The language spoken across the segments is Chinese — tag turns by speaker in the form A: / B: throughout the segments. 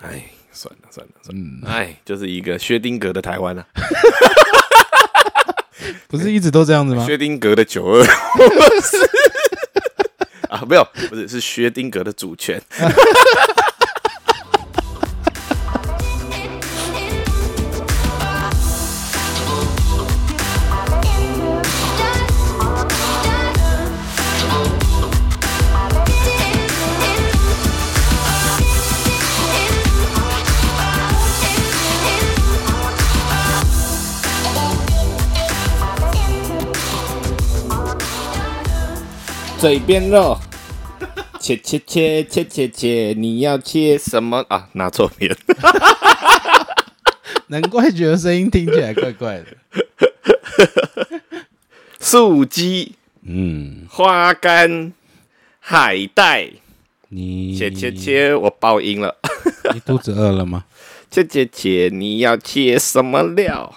A: 哎，算了算了算
B: 嗯
A: 了，哎，就是一个薛丁格的台湾啊，
C: 不是一直都这样子
B: 啊
C: 吗？
A: 薛丁格的九二 啊，没有，不是是薛丁格的主权。
B: 啊嘴边肉， 切切切切切切，你要切
A: 什么啊？拿错片，
C: 难怪觉得声音听起来怪怪的。
A: 素鸡，嗯，花干，海带，
C: 你
A: 切切切，我爆音了，
C: 你肚子饿了吗？
A: 切切切，你要切什么料？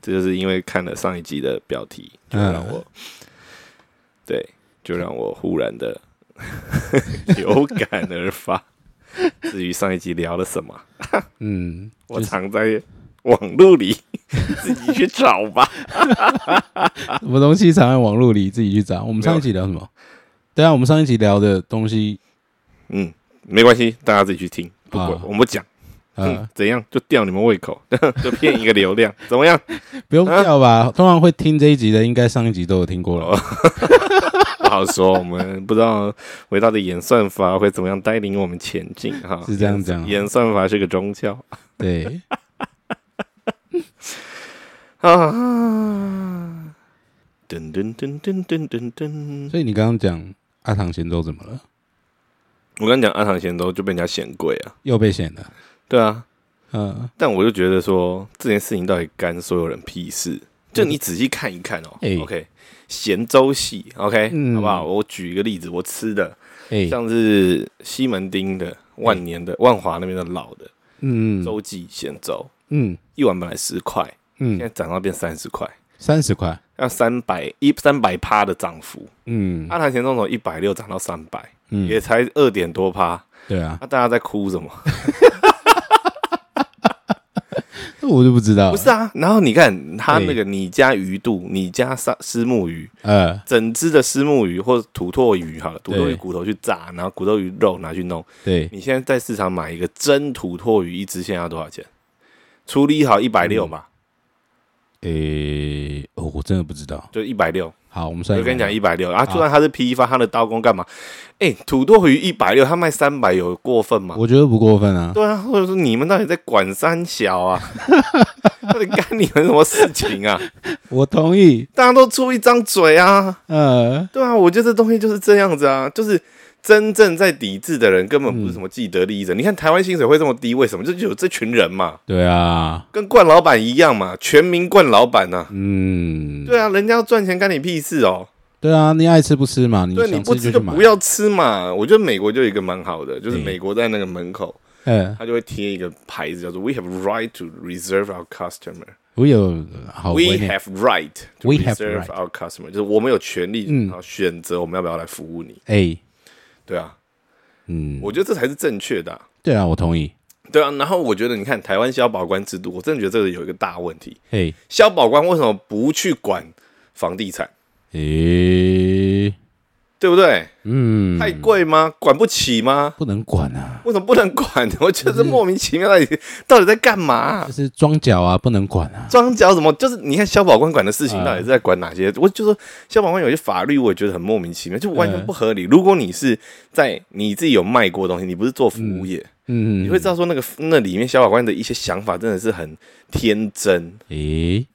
A: 这就是因为看了上一集的标题，就让我、对，就让我忽然的 有感而发。至于上一集聊了什么，
C: 嗯，
A: 我藏在网络里， 自己去找吧。
C: 什么东西藏在网络里，自己去找。我们上一集聊什么？对啊，我们上一集聊的东西，
A: 嗯，没关系，大家自己去听，不管、
C: 啊
A: 我们不讲。嗯
C: 呃，，
A: 怎样就吊你们胃口， 就骗一个流量，怎么样？
C: 不用掉
A: 啊
C: 吧。通常会听这一集的，应该上一集都有听过了。
A: 哦不好说，我们不知道伟大的演算法会怎么样带领我们前进哈。
C: 是这样讲
A: 演算法是个宗 教
C: 对，
A: 啊。噔噔噔噔噔噔噔，
C: 所以你刚刚讲阿唐咸粥怎么了？
A: 我跟你讲，阿唐咸粥就被人家嫌贵啊，
C: 又被嫌了。
A: 对啊。
C: 嗯，
A: 但我就觉得说这件事情到底干所有人屁事？就你仔细看一看哦、
C: 哎
A: OK，咸粥系，OK，、
C: 嗯
A: 好不好？我举一个例子，我吃的，
C: 哎，
A: 像是西门町的、万年的、万华那边的老的
C: 嗯
A: 周记咸粥，
C: 嗯
A: 一碗本来十块，现在
C: 嗯，
A: 涨到变三十块，
C: 三十块。
A: 要三百一三百趴的涨幅。啊
C: 嗯，
A: 阿谭咸粥从一百六涨到三百，
C: 嗯
A: 也才二点多趴，
C: 对啊
A: 那、，大家在哭什么？
C: 嗯这我就不知道。
A: 不是，啊，然后你看他那个你家鱼肚，你家沙虱目鱼，
C: 呃，
A: 整只的虱目鱼或者土托鱼好了，土托鱼
C: 对
A: 骨头去炸，然后骨头鱼肉拿去弄。
C: 对，
A: 你现在在市场买一个真土托鱼，一只现在要多少钱？处理好一百六吧，
C: 嗯诶，哦，我真的不知道。
A: 就一百六。
C: 好，我们
A: 我
C: 算
A: 就
C: 一
A: 跟你
C: 下
A: 讲一百六啊，就算他是批发，他的刀工干嘛？哎，土托鱼一百六，他卖三百有过分吗？
C: 我觉得不过分啊。
A: 对啊，或者说你们到底在管三小啊？ 到底干你们什么事情啊？
C: 我同意。
A: 大家都出一张嘴啊！
C: 呃，
A: 对啊，我觉得这东西就是这样子啊，就是真正在抵制的人根本不是什么既得利益者。你看台湾薪水会这么低，为什么？就有这群人嘛，
C: 对啊，
A: 跟冠老板一样嘛，全民冠老板呐、
C: 嗯，
A: 对啊，人家要赚钱干你屁事哦。
C: 对啊，你爱吃不吃嘛？你
A: 对，你
C: 想
A: 不
C: 吃
A: 吃
C: 就
A: 就
C: 去买
A: 不。要吃嘛。我觉得美国就有一个蛮好的，就是
C: 嗯
A: 美国在那个门口，
C: 呃，
A: 他就会贴一个牌子，叫做 “We have right to reserve our customer”。
C: 我有好
A: We
C: 危险
A: have right to
C: Oh, We have
A: reserve
C: right
A: our customer，就是我们有权利，
C: 嗯
A: 然后选择我们要不要来服务你。
C: 哎，
A: 对啊，
C: 嗯，
A: 我觉得这才是正确的啊、
C: 对啊，我同意。
A: 对啊，然后我觉得你看台湾消保官制度，我真的觉得这个有一个大问题。
C: 哎，
A: 消保官为什么不去管房地产？
C: 哎诶，
A: 对不对？
C: 嗯，
A: 太贵吗？管不起吗？
C: 不能管啊，
A: 为什么不能管？ 我觉得
C: 嗯
A: 这莫名其妙，到底到底在干嘛、
C: 就是装脚啊，不能管啊。
A: 装脚什么？就是你看消保官管的事情，
C: 嗯
A: 到底是在管哪些？我就说消保官有些法律，我也觉得很莫名其妙，就完全
C: 嗯
A: 不合理。如果你是在你自己有卖过东西，你不是做服务业，
C: 嗯，
A: 你会知道说那个那里面消保官的一些想法真的是很天真。
C: 诶，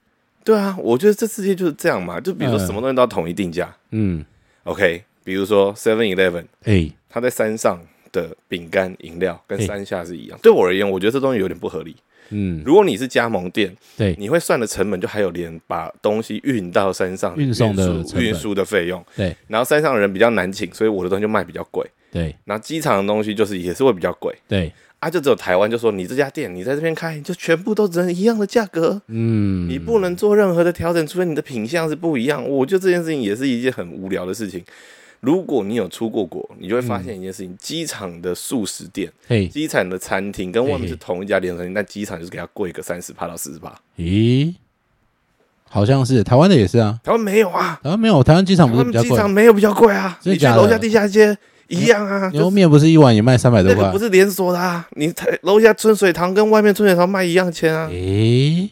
A: 对啊，我觉得这世界就是这样嘛。就比如说
C: 嗯
A: 什么东西都要统一定价、
C: 嗯，
A: o k 比如说 Seven Eleven，
C: 哎，
A: 它在山上的饼干饮料跟
C: 嘿
A: 山下是一样。对我而言，我觉得这东西有点不合理。
C: 嗯，
A: 如果你是加盟店，
C: 对
A: 你会算的成本，就还有连把东西运到山上
C: 运送
A: 运
C: 的成
A: 输
C: 本
A: 运输的费用，
C: 对
A: 然后山上人比较难请，所以我的东西就卖比较贵。
C: 对
A: 然后机场的东西就是也是会比较贵
C: 对，
A: 啊，就只有台湾就说你这家店你在这边开，就全部都只能一样的价格，
C: 嗯，
A: 你不能做任何的调整，除非你的品相是不一样。我觉得这件事情也是一件很无聊的事情。如果你有出过国，你就会发
C: 嗯
A: 现一件事情：机场的素食店、
C: 嘿，
A: 机场的餐厅跟外
C: 嘿
A: 面
C: 嘿
A: 是同一家连锁店，但机场就是给它贵个三十趴到四十趴。
C: 咦，哎好像是台湾的也是啊，
A: 台湾没有啊，
C: 台湾没有，台湾机场
A: 他
C: 不是比
A: 们
C: 较
A: 机
C: 贵，
A: 场没有比较贵啊，
C: 真的
A: 你去
C: 假的
A: 楼下地下街一样啊，
C: 牛
A: 就
C: 肉
A: 是
C: 面不是一碗也卖三百多
A: 那个
C: 块
A: 不？是连锁的啊，你台楼下春水堂跟外面春水堂卖一样钱
C: 哎
A: 啊。
C: 诶，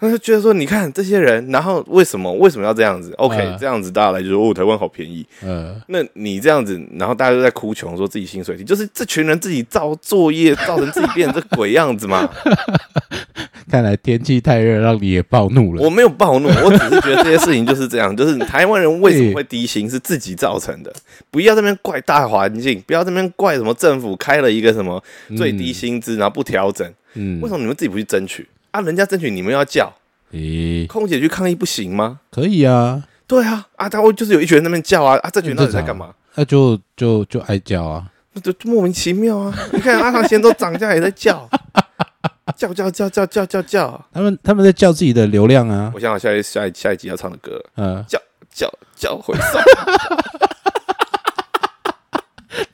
A: 他就觉得说，你看这些人，然后为什么为什么要这样子？OK，、
C: 嗯
A: 这样子大家来就说哦，台湾好便宜。
C: 呃，
A: 那你这样子，然后大家都在哭穷，说自己薪水低，就是这群人自己造作业，造成自己变成这鬼样子嘛。
C: 看来天气太热，让你也暴怒了。
A: 我没有暴怒，我只是觉得这些事情就是这样，就是台湾人为什么会低薪是自己造成的， 不要这边怪大环境，不要这边怪什么政府开了一个什么最低薪资，然后不调整，
C: 嗯
A: 为什么你们自己不去争取啊？人家争取你们要叫
C: 咦，
A: 空姐去抗议不行吗？
C: 哎可以啊，
A: 对啊，啊，他会就是有一群人在那边叫啊，啊，这群人到底在
C: 很正
A: 干
C: 常
A: 嘛？
C: 那就就就挨叫啊。
A: 就就莫名其妙啊！你看阿唐贤都涨价也在叫， 叫叫叫叫叫叫叫。
C: 他们他们在叫自己的流量啊，
A: 我想好下一下一下一集要唱的歌，
C: 嗯，
A: 叫叫回送。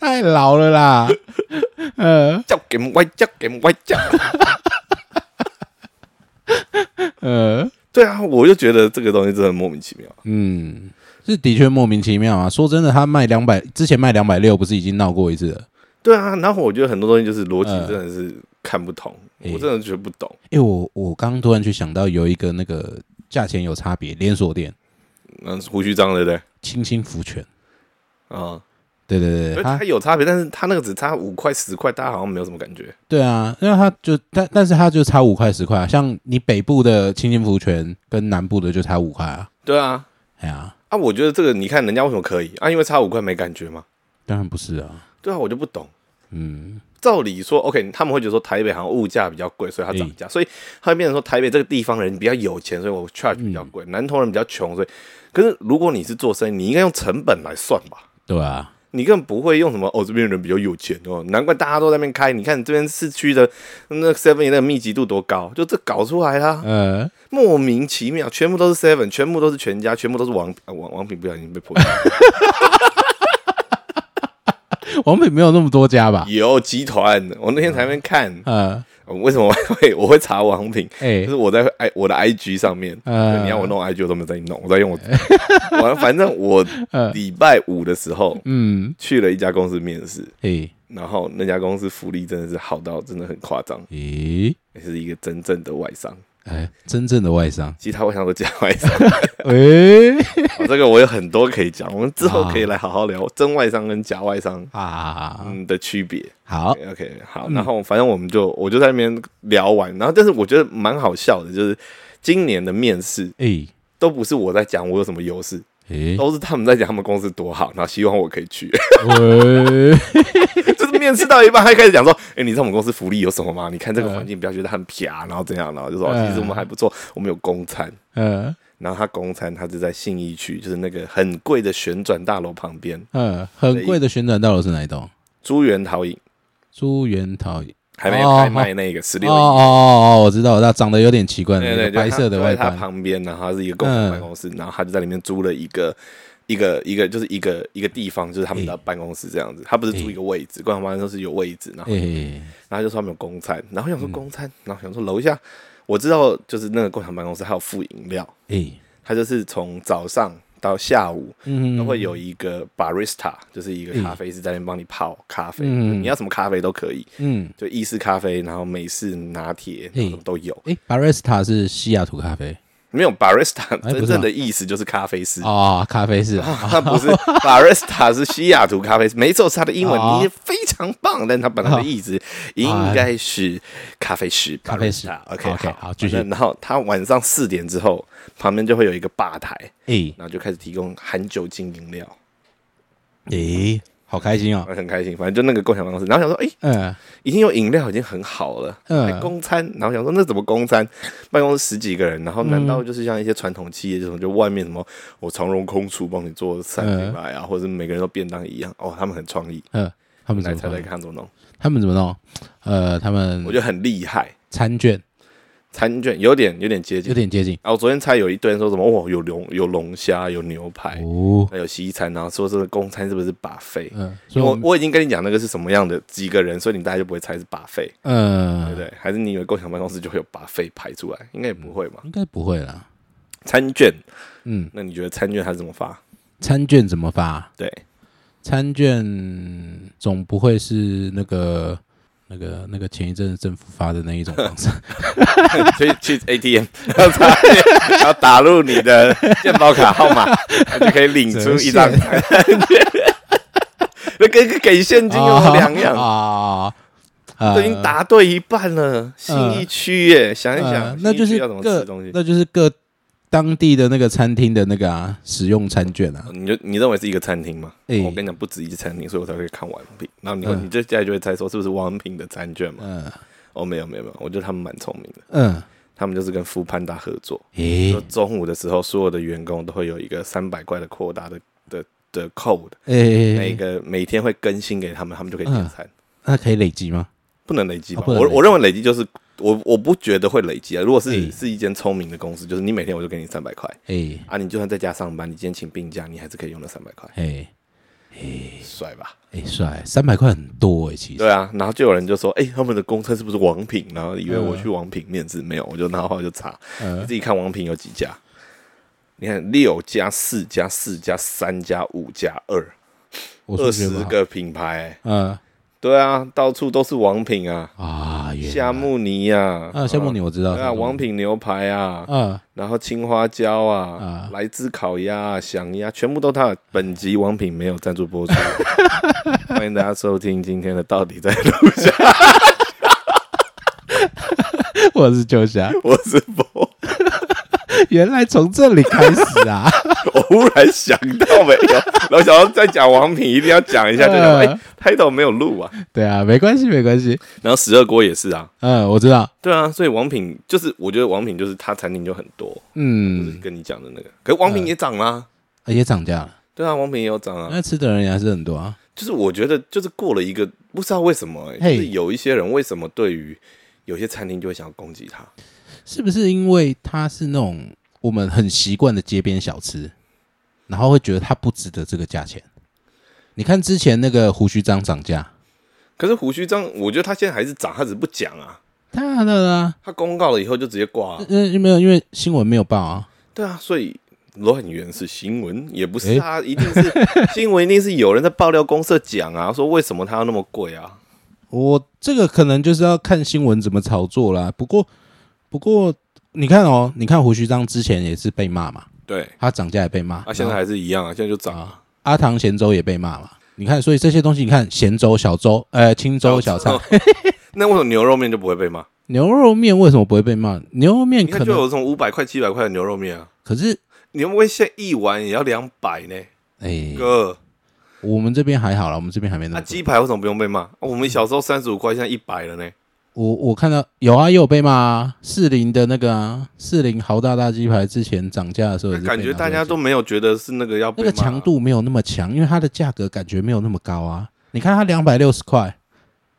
C: 太老了啦，呃
A: 叫给歪，叫给歪，叫。
C: 呃，
A: 对啊，我就觉得这个东西真的莫名其妙。
C: 嗯，是的确莫名其妙啊。说真的，他卖两百，之前卖两百六，不是已经闹过一次了？
A: 对啊，然后我觉得很多东西就是逻辑
C: 嗯
A: 真的是看不通，
C: 诶
A: 我真的觉得不懂。
C: 哎、我我刚突然去想到有一个那个价钱有差别连锁店，
A: 嗯，胡须章对不对？
C: 清心福泉，
A: 啊、
C: 对对
A: 所
C: 对，
A: 以
C: 他
A: 它有差别，但是它那个只差五块十块，大家好像没有什么感觉。
C: 对啊，因为他就但但是他就差五块十块啊，像你北部的清心福泉跟南部的就差五块啊，
A: 对啊，
C: 哎呀，
A: 啊，我觉得这个你看人家为什么可以啊？因为差五块没感觉嘛。
C: 当然不是啊，
A: 对啊，我就不懂。
C: 嗯，
A: 照理说，OK，他们会觉得说台北好像物价比较贵，所以它涨价，所以它会变成说台北这个地方人比较有钱，所以我 charge 比较
C: 嗯
A: 贵；南投人比较穷，所以可是如果你是做生意，你应该用成本来算吧。
C: 对啊，
A: 你根本不会用什么哦，这边人比较有钱哦，难怪大家都在那边开。你看这边市区的那 Seven 那个密集度多高，就这搞出来啦，
C: 呃，
A: 莫名其妙，全部都是 Seven，全部都是全家，全部都是王啊王王品，不小心被破掉，
C: 王品没有那么多家吧？
A: 有集团。我那天才在那边看，
C: 呃，
A: 哦为什么我会我会查王品？
C: 哎、
A: 就是我在 i 我的 IG 上面，
C: 呃
A: 对你要我弄 IG 我都没有在弄，我在用我， 我反正我礼拜五的时候
C: 嗯，哎
A: 去了一家公司面试，
C: 嘿，
A: 然后那家公司福利真的是好到真的很夸张，
C: 咦，
A: 也是一个真正的外商。
C: 哎，真正的外商，
A: 其他我想都讲外商，
C: 哎、
A: 哦这个我有很多可以讲，我们之后可以来好好聊真外商跟假外商
C: 啊，
A: 嗯的区别。哎
C: 好，嗯
A: OK，好，然后反正我们就我就在那边聊完，然后但是我觉得蛮好笑的，就是今年的面试
C: 哎、
A: 都不是我在讲我有什么优势，
C: 哎、
A: 都是他们在讲他们公司多好，然后希望我可以去。
C: 喂，
A: 就是面试到一半，他开始讲说：“哎、你知道我们公司福利有什么吗？你看这个环境，不要觉得很撇，然后怎样，然后就说、哦
C: 嗯
A: 其实我们还不错，我们有公餐。
C: 呃，”
A: 然后他公餐，他就在信义区，就是那个很贵的旋转大楼旁边，
C: 呃，很贵的旋转大楼是哪一栋？
A: 珠园陶影
C: 朱元桃，
A: 还没
C: 哦
A: 拍卖那个十
C: 哦
A: 六
C: 哦
A: 亿，
C: 哦哦，我知道，那长得有点奇怪的
A: 对
C: 那
A: 对，
C: 个白色的外
A: 就他就在他
C: 观，嗯
A: 旁边，然后它是一个共同办公室，然后他就在里面租了一个。一个一个就是一个一个地方，就是他们的办公室这样子。他不是租一个位置，共同办公室有位置，然后
C: 哎、
A: 然后他就说他们有公餐，然后我想说公餐，然后想说楼下，我知道就是那个共享办公室还有附饮料，
C: 哎、
A: 它就是从早上到下午
C: 嗯
A: 都会有一个 barista，就是一个咖啡师在那边帮你泡咖啡，
C: 嗯
A: 就你要什么咖啡都可以，
C: 嗯，
A: 就意式咖啡，然后美式拿铁，然后什么都有。
C: 哎、巴 b a r i s t a 是西雅图咖啡
A: 没有 barista
C: 哎不是吗
A: 真正的意思就是啊咖啡师。
C: 哦，咖啡是
A: 它不 是 barista，是西雅图咖啡师，没错，是它的英文
C: 哦
A: 你非常棒，但它本来的意思应该是咖啡师，
C: 咖啡师
A: barista OK，
C: OK，
A: 好，
C: 好继续
A: 反正然后它晚上四点之后，旁边就会有一个吧台，
C: 哎
A: 然后就开始提供含酒精饮料，
C: 哎、好开心哦，
A: 我很开心。反正就那个共享办公室，然后想说，哎、
C: 嗯
A: 已经有饮料已经很好了，
C: 嗯
A: 还公餐，然后想说那怎么公餐？办公室十几个人，然后难道就是像一些传统企业这种，就外面什么我长荣空厨帮你做三明来啊，或者是每个人都便当一样？哦，他们很创意，
C: 嗯，他们
A: 来
C: 怎么
A: 猜
C: 弄
A: 猜看怎么弄？
C: 他们怎么弄？呃，他们
A: 我觉得很厉害。
C: 餐券
A: 餐券有点有点接近
C: 有。点接近
A: 啊，我昨天猜有一堆人说什么哦，有龙有龙虾，有牛排，
C: 哦，
A: 还有西餐，然后说这个公餐是不是把费？
C: 嗯，所以我
A: 我
C: 们
A: 我已经跟你讲那个是什么样的几个人，所以你大家就不会猜是把费，对不
C: 嗯，
A: 对？还是你以为共享办公室就会有把费排出来？应该也不会嘛。
C: 应该不会啦。
A: 餐券，
C: 嗯，
A: 那你觉得餐券它怎么发？
C: 餐券怎么发？
A: 对，
C: 餐券总不会是那个那个那个前一阵子政府发的那一种方式，
A: 所以去 ATM 要插要打入你的健保卡号码，你就可以领出一张
C: 折
A: 餐券。 那跟给现 金有什么两样？
C: 啊？
A: 都
C: 啊
A: 已经答对一半了，信义区耶，想一
C: 呃
A: 想，
C: 那就
A: 信义区
C: 是
A: 要怎么吃
C: 各
A: 东西？
C: 那就是各当地的那个餐厅的那个啊使用餐券啊，
A: 你就你认为是一个餐厅吗？
C: 哎
A: 我跟你讲，不止一个餐厅，所以我才会看王品。然后你会
C: 嗯
A: 你就接下来就会猜说是不是王品的餐券嘛？
C: 嗯
A: 哦，没有没有没有，我觉得他们蛮聪明的，
C: 嗯，
A: 他们就是跟富潘达合作，
C: 诶
A: 就中午的时候，所有的员工都会有一个三百块的扩大的的的 code，每
C: 诶，
A: 个每天会更新给他们，他们就可以点餐，
C: 那可以累积吗？
A: 不能累积吧
C: 嗯哦？不
A: 我
C: 能累积
A: 我认为累积就是我我不觉得会累积啊。如果是
C: 哎
A: 是一间聪明的公司，就是你每天我就给你三百块
C: 诶
A: 啊，你就算在家上班，你今天请病假，你还是可以用那三百块，
C: 诶
A: 帅吧？
C: 诶，帅，三百块很多诶，其实
A: 对啊，然后就有人就说，哎、他们的公车是不是王品？然后以为
C: 嗯
A: 我去王品面试，没有，我就拿后来就查，
C: 嗯
A: 你自己看王品有几家？你看六家、四家、四家、三家、五家、二，
C: 我
A: 二
C: 数学
A: 十
C: 不好，
A: 个品牌、欸
C: 嗯
A: 对啊，到处都是王品啊，
C: 啊，原来
A: 夏慕尼啊，
C: 啊，夏目
A: 尼，
C: 你我知道，
A: 对啊，王品牛排啊，
C: 啊，
A: 然后青花椒啊
C: 啊，
A: 莱芝烤鸭、啊、响鸭，全部都他的。本集王品没有赞助播出， 欢迎大家收听今天的到底在录下。
C: 我是秋霞，
A: 我是播。
C: 原来从这里开始 啊，
A: 我忽然想到没有，然后想要再讲王品，一定要讲一下，就想哎、
C: 嗯
A: 开头没有录啊。
C: 对啊，没关系没关系，
A: 然后十二锅也是啊，
C: 嗯，我知道，
A: 对啊，所以王品就是我觉得王品就是他餐厅就很多，就是
C: 嗯，
A: 跟你讲的那个，可是王品也涨啦、
C: 啊也涨价了，
A: 对啊，王品也有涨啊，
C: 那吃的人也还是很多啊，
A: 就是我觉得就是过了一个不知道为什么、欸，
C: 嘿
A: 就是有一些人为什么对于有些餐厅就会想要攻击他，
C: 是不是因为它是那种我们很习惯的街边小吃，然后会觉得它不值得这个价钱？你看之前那个胡须章涨价，
A: 可是胡须章，我觉得他现在还是涨，他只是不讲啊，
C: 当然了啊，
A: 他公告了以后就直接挂、啊，
C: 嗯，没有，因为新闻没有报啊，
A: 对啊，所以乱源是新闻，也不是啊，一定 是新闻，一定是有人在爆料公社讲啊，说为什么它要那么贵啊？
C: 我这个可能就是要看新闻怎么炒作啦。不过，不过你看哦，你看胡须章之前也是被骂嘛，
A: 对，
C: 他涨价也被骂，
A: 啊，现在还是一样啊，现在就涨啊，
C: 阿唐咸粥也被骂嘛。你看，所以这些东西，你看咸粥、小粥、呃清粥、小菜、
A: 那为什么牛肉面就不会被 骂？
C: 牛肉面为什么不会被骂？牛肉面
A: 你看
C: 可
A: 就
C: 能
A: 有这种五百块、七百块的牛肉面啊，
C: 可是
A: 你们会现在一碗也要两百呢，
C: 哎、
A: 哥。
C: 我们这边还好啦，我们这边还没那
A: 那
C: 么贵。
A: 鸡排为什么不用被骂？啊我们小时候三十五块，现在一百了呢。
C: 我我看到有啊，也有被骂啊。四零的那个啊，四零豪大大鸡排之前涨价的时候也是被拿
A: 感
C: 出来
A: 觉
C: 讲，
A: 大家都没有觉得是那个要被骂
C: 那
A: 啊
C: 个强度没有那么强，因为它的价格感觉没有那么高啊。你看它两百六十块，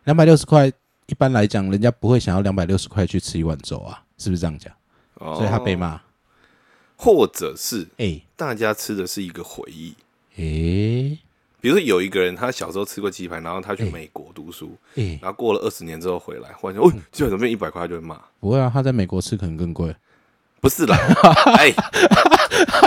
C: 两百六十块，一般来讲人家不会想要两百六十块去吃一碗粥啊，是不是这样讲？
A: 哦
C: 所以它被，骂。
A: 或者是
C: 哎
A: 大家吃的是一个回忆。
C: 哎
A: 比如说有一个人，他小时候吃过鸡排，然后他去美国读书，
C: 哎，
A: 然后过了二十年之后回来，忽然
C: 嗯
A: 说：“哦，鸡排怎么变一百块？”他就会骂。
C: 不会啊，它在美国吃可能更贵。
A: 不是啦， 哎，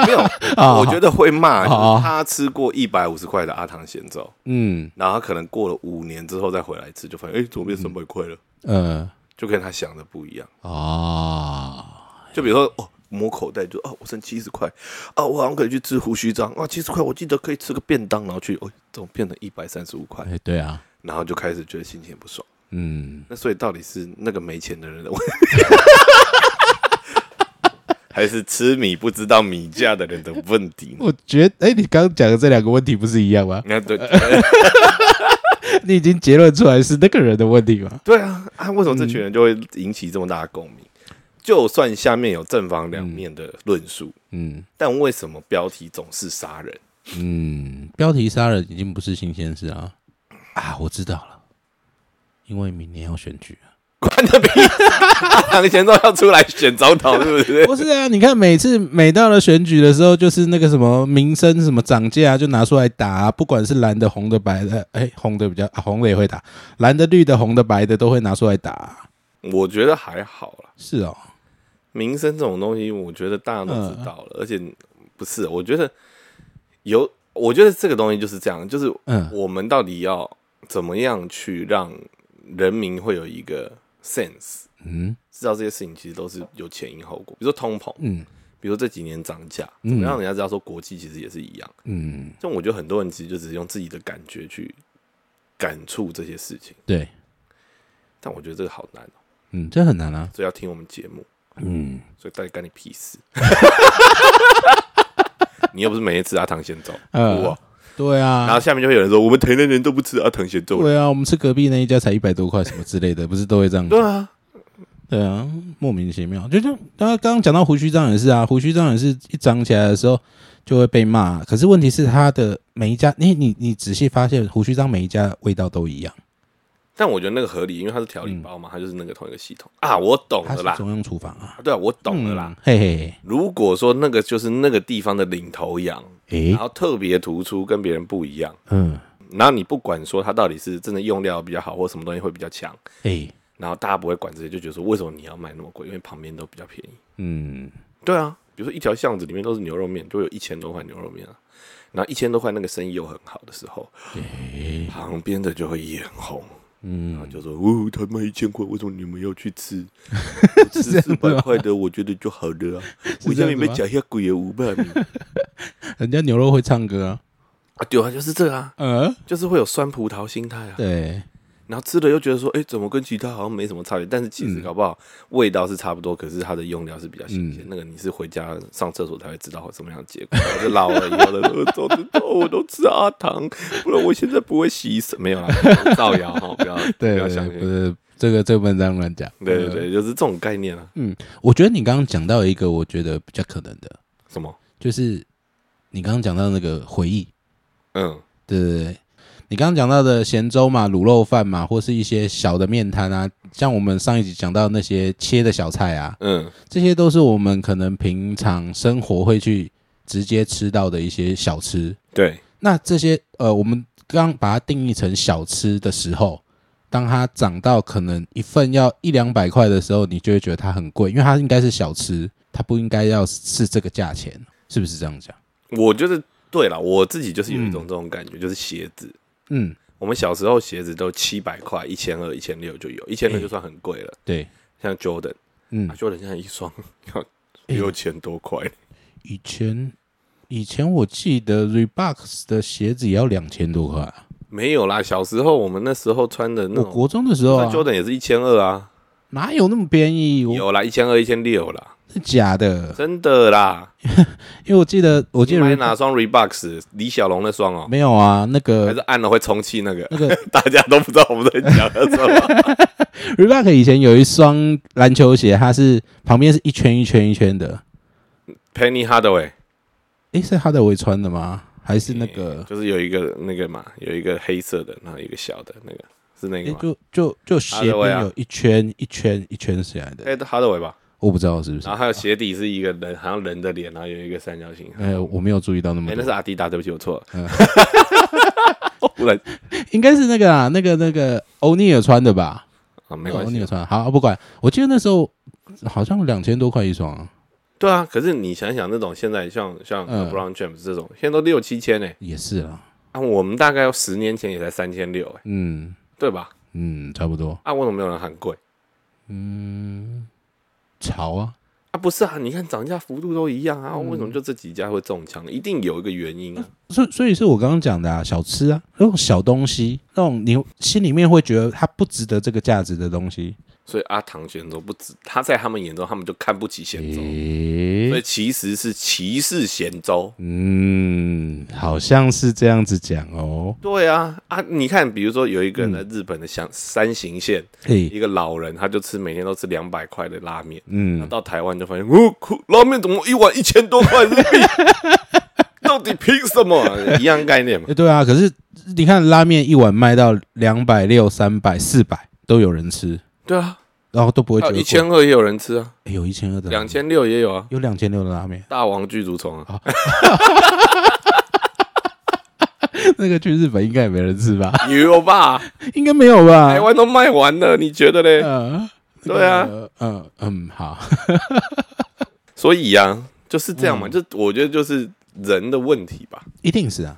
A: 没有，
C: 啊
A: 我觉得会骂。
C: 好
A: 就是他吃过一百五十块的阿唐咸粥，
C: 嗯
A: 然后他可能过了五年之后再回来吃，就发现哎，怎么变三百块了？
C: 呃
A: 就跟他想的不一样。
C: 啊，
A: 就比如说哦。摸口袋就啊，我剩七十块啊，我好像可以去吃胡须章啊，七十块我记得可以吃个便当，然后去哦，怎么变成一百三十五块？
C: 哎对啊，
A: 然后就开始觉得心情不爽。
C: 嗯。
A: 那所以到底是那个没钱的人的问题，还是吃米不知道米价的人的问题呢？
C: 我觉得，哎、你刚刚讲的这两个问题不是一样吗？
A: 那对
C: 你已经结论出来是那个人的问题吗？
A: 对啊啊！为什么这群人就会引起这么大的共鸣？就算下面有正反两面的论述，
C: 嗯
A: 但为什么标题总是杀人？
C: 嗯，标题杀人已经不是新鲜事啊！啊，我知道了，因为明年要选举啊。
A: 关的屁！阿唐贤都要出来选总统，是不是？
C: 不是啊，你看每次每到了选举的时候，就是那个什么民生什么涨价、就拿出来打啊、不管是蓝的、红的、白的，哎、红的比较、啊红的也会打，蓝的、绿的、红的、白的都会拿出来打啊、
A: 我觉得还好啦，
C: 是哦，
A: 民生这种东西，我觉得大家都知道了，而且不是，我觉得有，我觉得这个东西就是这样，就是
C: 嗯
A: 我们到底要怎么样去让人民会有一个 sense，
C: 嗯
A: 知道这些事情其实都是有前因后果，比如说通膨，
C: 嗯
A: 比如说这几年涨价，怎么让人家知道说国际其实也是一样。
C: 嗯，
A: 像我觉得很多人其实就只是用自己的感觉去感触这些事情，
C: 对，
A: 但我觉得这个好难、哦，
C: 嗯，这很难啊，
A: 所以要听我们节目，
C: 嗯，
A: 所以到底干你屁事？ 你又不是每天吃阿唐先粥，
C: 呃
A: 我，
C: 对
A: 然后
C: 啊，
A: 下面就会有人说我们台南人都不吃阿唐先粥，
C: 对啊，我们吃隔壁那一家才一百多块什么之类的，不是都会这样
A: 对啊，
C: 对啊，莫名其妙，就像刚刚刚刚讲到胡须章也是啊，胡须章也是一长起来的时候就会被骂，可是问题是他的每一家，你你你仔细发现胡须章每一家味道都一样，
A: 但我觉得那个合理，因为它是调理包嘛，它就是那个同一个系统啊，我懂
C: 他
A: 了
C: 嗯是
A: 啦，
C: 中央厨房啊，
A: 对啊，我懂了啦。
C: 嗯嘿嘿，
A: 如果说那个就是那个地方的领头羊，
C: 诶、
A: 然后特别突出，跟别人不一样，
C: 嗯，
A: 然后你不管说它到底是真的用料比较好，或什么东西会比较强，
C: 诶、
A: 然后大家不会管这些，就觉得说为什么你要卖那么贵？因为旁边都比较便宜。
C: 嗯，
A: 对啊，比如说一条巷子里面都是牛肉面，就会有一千多块牛肉面啊。然后一千多块那个生意又很好的时候，旁边的就会眼红，嗯，然后就说哦，他卖一千块，为什么你们要去 吃？我吃四百块的，我觉得就好了啊。
C: 是
A: 为什
C: 这
A: 么
C: 样子吗
A: 你们讲一下鬼也五百米
C: 人家牛肉会唱歌啊，
A: 啊？对啊，就是这啊，
C: 呃，
A: 就是会有酸葡萄心态啊。
C: 对，
A: 然后吃了又觉得说，哎，怎么跟其他好像没什么差别？但是其实
C: 嗯
A: 搞不好味道是差不多，可是它的用料是比较新鲜。那个你是回家上厕所才会知道会什么样的结果。我就老了以后的呃时候，走着走我都吃阿糖，不然我现在不会洗手。没有 啦，造谣哈，不要不
C: 对，
A: 要相
C: 不
A: 信。
C: 是嗯这个这个不能这样乱讲，
A: 对对对，就是这种概念啊。
C: 我觉得你刚刚讲到一个我觉得比较可能的，
A: 什么？
C: 就是你刚刚讲到那个回忆。
A: 嗯，
C: 对对对，你刚刚讲到的咸粥嘛、卤肉饭嘛，或是一些小的面摊啊，像我们上一集讲到那些切的小菜啊，
A: 嗯，
C: 这些都是我们可能平常生活会去直接吃到的一些小吃。
A: 对，
C: 那这些呃，我们刚把它定义成小吃的时候，当它涨到可能一份要一两百块的时候，你就会觉得它很贵，因为它应该是小吃，它不应该要是这个价钱，是不是这样讲？
A: 我觉得对了，我自己就是有一种这种感觉，就是鞋子。
C: 嗯，
A: 我们小时候鞋子都七百块、一千二、一千六就有，一
C: 嗯
A: 千六就算很贵了。
C: 对，
A: 像 Jordan，
C: 嗯
A: 啊，，Jordan 现在一双要
C: 哎
A: 六千多块，
C: 以前以前我记得 Reebok 的鞋子也要两千多块啊、
A: 没有啦。小时候我们那时候穿的那
C: 我
A: 种，
C: 国中的时候、
A: 嗯那
C: 啊、
A: Jordan 也是一千二啊，
C: 哪有那么便宜？我
A: 有啦，一千二、一千六啦，
C: 是假的，
A: 真的啦。
C: 因为我记得我记
A: 你
C: 得
A: 买
C: Reebok-
A: 哪双 Reeboks？李小龙那双哦，
C: 没有啊，那
A: 还
C: 个
A: 是按了会充气那个？
C: 那个
A: 大家都不知道我们在讲什么。
C: Reebok 以前有一双篮球鞋，它是旁边是一圈一圈一圈的，
A: Penny Hardaway
C: 诶，是哈德维穿的吗？还 是那个？
A: 就是有一个那个嘛，有一个黑色的，然后一个小的那个，是那
C: 诶
A: 个，吗
C: 就就就鞋
A: Hardaway
C: 边
A: 啊
C: 有一圈一圈一圈起来的，
A: ？Ed Hardaway 吧。
C: 我不知道是不是
A: 然。后还有鞋底是一个人，好像人的脸，然后有一个三角形。哎、
C: 呃，我没有注意到那么
A: 那
C: 多
A: 是，阿迪达，对不起，我错了。
C: 嗯
A: 忽然
C: 应该是那个啊，那个那个欧尼尔穿的吧？
A: 啊，没关
C: 哦你
A: 系
C: 有。穿好，不管。我记得那时候好像两千多块一双、啊，
A: 对啊，可是你想想，那种现在像像
C: 嗯
A: Brown James 这种，现在都六七千呢、
C: 也是啦。
A: 啊，我们大概十年前也才三千六，哎，
C: 嗯
A: 对吧？
C: 嗯，差不多。
A: 啊，为什么没有人喊贵？
C: 嗯，潮啊，
A: 啊，不是啊，你看涨价幅度都一样啊，
C: 嗯
A: 为什么就这几家会中枪？一定有一个原因啊。
C: 所以所以是我刚刚讲的啊，小吃啊，那种小东西，那种你心里面会觉得它不值得这个价值的东西。
A: 所以阿唐玄州不止，他在他们眼中，他们就看不起咸州，
C: 诶、
A: 所以其实是歧视咸州。
C: 嗯，好像是这样子讲哦。
A: 对啊，啊，你看，比如说有一
C: 嗯
A: 个人在日本的乡山形县，
C: 诶、
A: 一个老人，他就吃每天都吃两百块的拉面，
C: 嗯
A: 那到台湾就发现，哦，苦拉面怎么一碗一千多块日币？到底凭什么？一样概念 嘛。
C: 诶对啊，可是你看拉面一碗卖到两百六、三百、四百都有人吃，
A: 对啊，
C: 然后都不会觉
A: 啊，
C: 得嗯
A: 一
C: 贵
A: 千二也有人吃啊，
C: 哎有一千二的拉面
A: 两，千六也有啊，
C: 有两千六的拉面，
A: 大王巨足虫啊，
C: 那个去日本应该也没人吃吧？
A: 有吧？
C: 应该没有吧
A: 台？湾都卖完了，你觉得嘞？
C: 呃，那个
A: 哎对啊，
C: 嗯嗯，好，
A: 所以啊，就是这样嘛，就我觉得就是人的问题吧。
C: 一定是啊，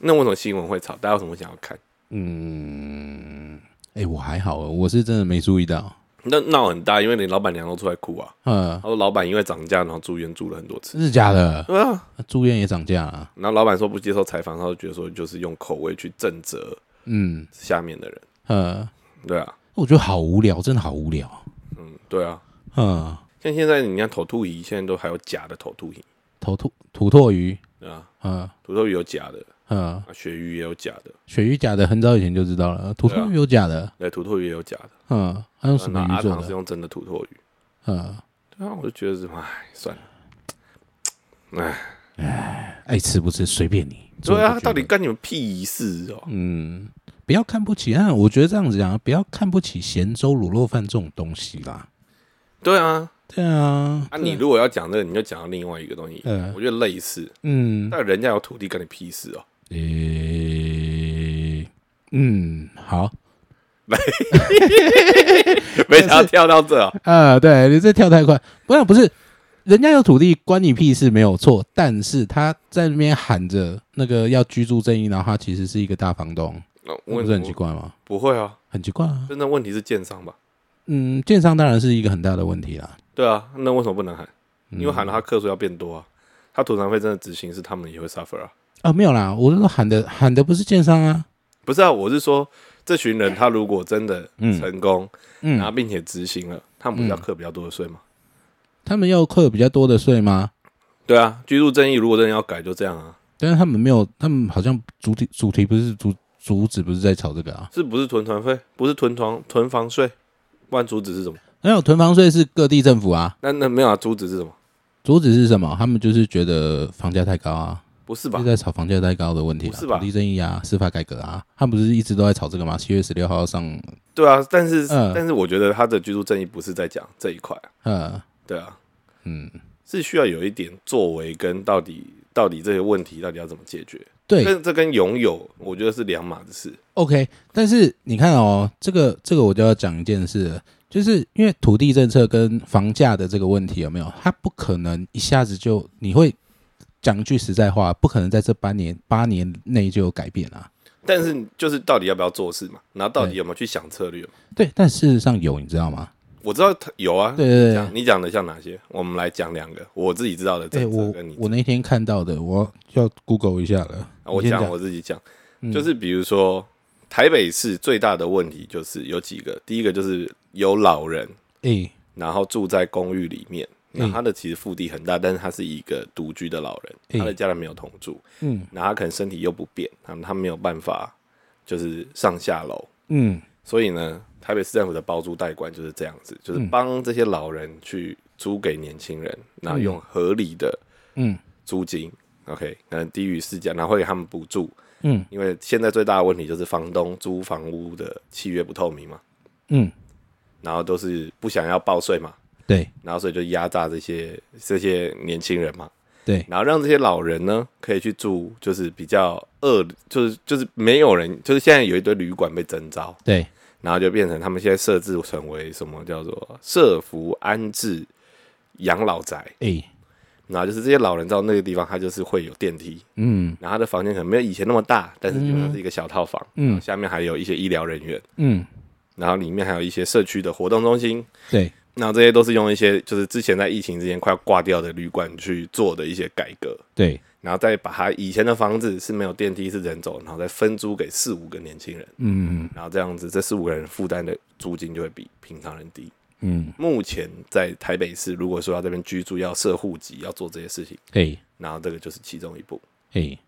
A: 那为什么新闻会吵？大家有什么想要看？
C: 嗯，哎，我还好，我是真的没注意到，
A: 那闹很大，因为你老板娘都出来哭啊。
C: 嗯
A: 他，说老板因为涨价，然后住院住了很多次。
C: 真的假的？
A: 对啊，
C: 那住院也涨价啊了，
A: 然后老板说不接受采访，他就觉得说就是用口味去震责
C: 嗯
A: 下面的人。
C: 呃，
A: 对啊，
C: 我觉得好无聊，真的好无聊，
A: 嗯，对啊。
C: 嗯，
A: 像现在你看头兔仪，现在都还有假的头兔仪，
C: 头吐土唾鱼，
A: 对啊，
C: 嗯
A: 土豆鱼有假的，
C: 嗯，
A: 啊，鳕鱼也有假的，
C: 鳕鱼假的，很早以前就知道了，土
A: 对
C: 唾
A: 啊
C: 鱼有假的，
A: 对，土豆鱼也有假的。
C: 嗯，它用什
A: 那
C: 么
A: 阿
C: 鱼做
A: 唐是
C: 的？
A: 用真的土豆鱼。
C: 嗯，
A: 对啊，我就觉得是，哎，算了。
C: 爱吃不吃随便你，
A: 对
C: 做
A: 啊，到
C: 你就觉
A: 底
C: 得
A: 干你们屁事哦？
C: 嗯，不要看不起啊！我觉得这样子讲，不要看不起咸粥卤肉饭这种东西啦。
A: 对啊，
C: 对啊，
A: 啊，你如果要讲这个，你就讲到另外一个东西。
C: 嗯
A: 我觉得类似，
C: 嗯，
A: 但人家有土地干你屁事哦。
C: 诶、嗯，好，
A: 没想到跳到这啊，
C: 啊，对你这跳太快，不然不是，人家有土地关你屁事没有错，但是他在那边喊着那个要居住正义，然后他其实是一个大房东，
A: 那
C: 那不
A: 问
C: 是很
A: 我
C: 奇怪吗？
A: 不会啊，
C: 很奇怪啊，
A: 真正问题是建商吧？
C: 嗯，建商当然是一个很大的问题啦，
A: 对啊，那为什么不能喊？
C: 嗯
A: 因为喊了他课数要变多啊，他土堂费真的执行是他们也会 suffer 啊。
C: 啊，没有啦，我是说喊的喊的不是建商啊，
A: 不是啊，我是说这群人他如果真的
C: 嗯
A: 成功，然后
C: 嗯，
A: 并且执行了，他们不是要课比较多的税吗？
C: 他们要扣比较多的税吗？
A: 对啊，居住正义如果真的要改，就这样啊，
C: 但是他们没有，他们好像主题主题不是主主旨不是在炒这个啊？
A: 是不是囤团费？不是囤房囤房税？万主旨是什么？
C: 没有囤房税是各地政府啊，
A: 那那没有啊，主旨是什么？
C: 主旨是什么？他们就是觉得房价太高啊，
A: 不是吧
C: 就？在炒房价太高的问题、啊，
A: 不是吧
C: 土地正义啊，司法改革啊，他们不是一直都在炒这个吗？七月十六号要上，
A: 对啊，但是、
C: 嗯
A: 但是我觉得他的居住正义不是在讲这一块啊、
C: 呃，
A: 对啊，
C: 嗯，
A: 是需要有一点作为跟到底到底这些问题到底要怎么解决，
C: 对
A: 跟这跟拥有我觉得是两码子事。
C: ，OK，但是你看哦，这个这个我就要讲一件事了。就是因为土地政策跟房价的这个问题有没有？它不可能一下子就你会讲一句实在话，不可能在这八年八年内就有改变啊。
A: 但是就是到底要不要做事嘛，然后到底有没有去想策略嘛？
C: 对，但事实上有，你知道吗？
A: 我知道他有啊，
C: 对对对
A: 像你讲的像哪些？我们来讲两个我自己知道的
C: 对，
A: 政策
C: 我
A: 跟你知
C: 我那天看到的，我要 Google 一下了。
A: 啊我
C: 你先
A: 讲我自己讲，
C: 嗯
A: 就是比如说台北市最大的问题就是有几个，第一个就是有老人，
C: 诶、
A: 然后住在公寓里面。那
C: 嗯
A: 他的其实腹地很大，但是他是一个独居的老人，
C: 嗯
A: 他的家人没有同住，
C: 嗯
A: 然后他可能身体又不便，他他没有办法就是上下楼，
C: 嗯
A: 所以呢，台北市政府的包租代管就是这样子，就是帮这些老人去租给年轻人，然后用合理的
C: 嗯
A: 租金、o k 可能低于市价，然后会给他们补助，
C: 嗯
A: 因为现在最大的问题就是房东租房屋的契约不透明嘛，
C: 嗯，
A: 然后都是不想要报税嘛，
C: 对
A: 然后所以就压榨这些这些年轻人嘛，
C: 对，
A: 然后让这些老人呢可以去住，就是比较恶，就是就是没有人，就是现在有一堆旅馆被征召，
C: 对，
A: 然后就变成他们现在设置成为什么叫做社服安置养老宅，
C: 诶、
A: 然后就是这些老人到那个地方，他就是会有电梯，
C: 嗯
A: 然后他的房间可能没有以前那么大，但是基本上是一个小套房，
C: 嗯
A: 然后下面还有一些医疗人员，
C: 嗯，
A: 然后里面还有一些社区的活动中心，
C: 对，
A: 然后这些都是用一些就是之前在疫情之前快要挂掉的旅馆去做的一些改革，
C: 对，
A: 然后再把它以前的房子是没有电梯是人走，然后再分租给四五个年轻人，
C: 嗯
A: 然后这样子这四五个人负担的租金就会比平常人低。
C: 嗯，
A: 目前在台北市，如果说要这边居住，要设户籍，要做这些事情，
C: 诶
A: 然后这个就是其中一步，
C: 诶，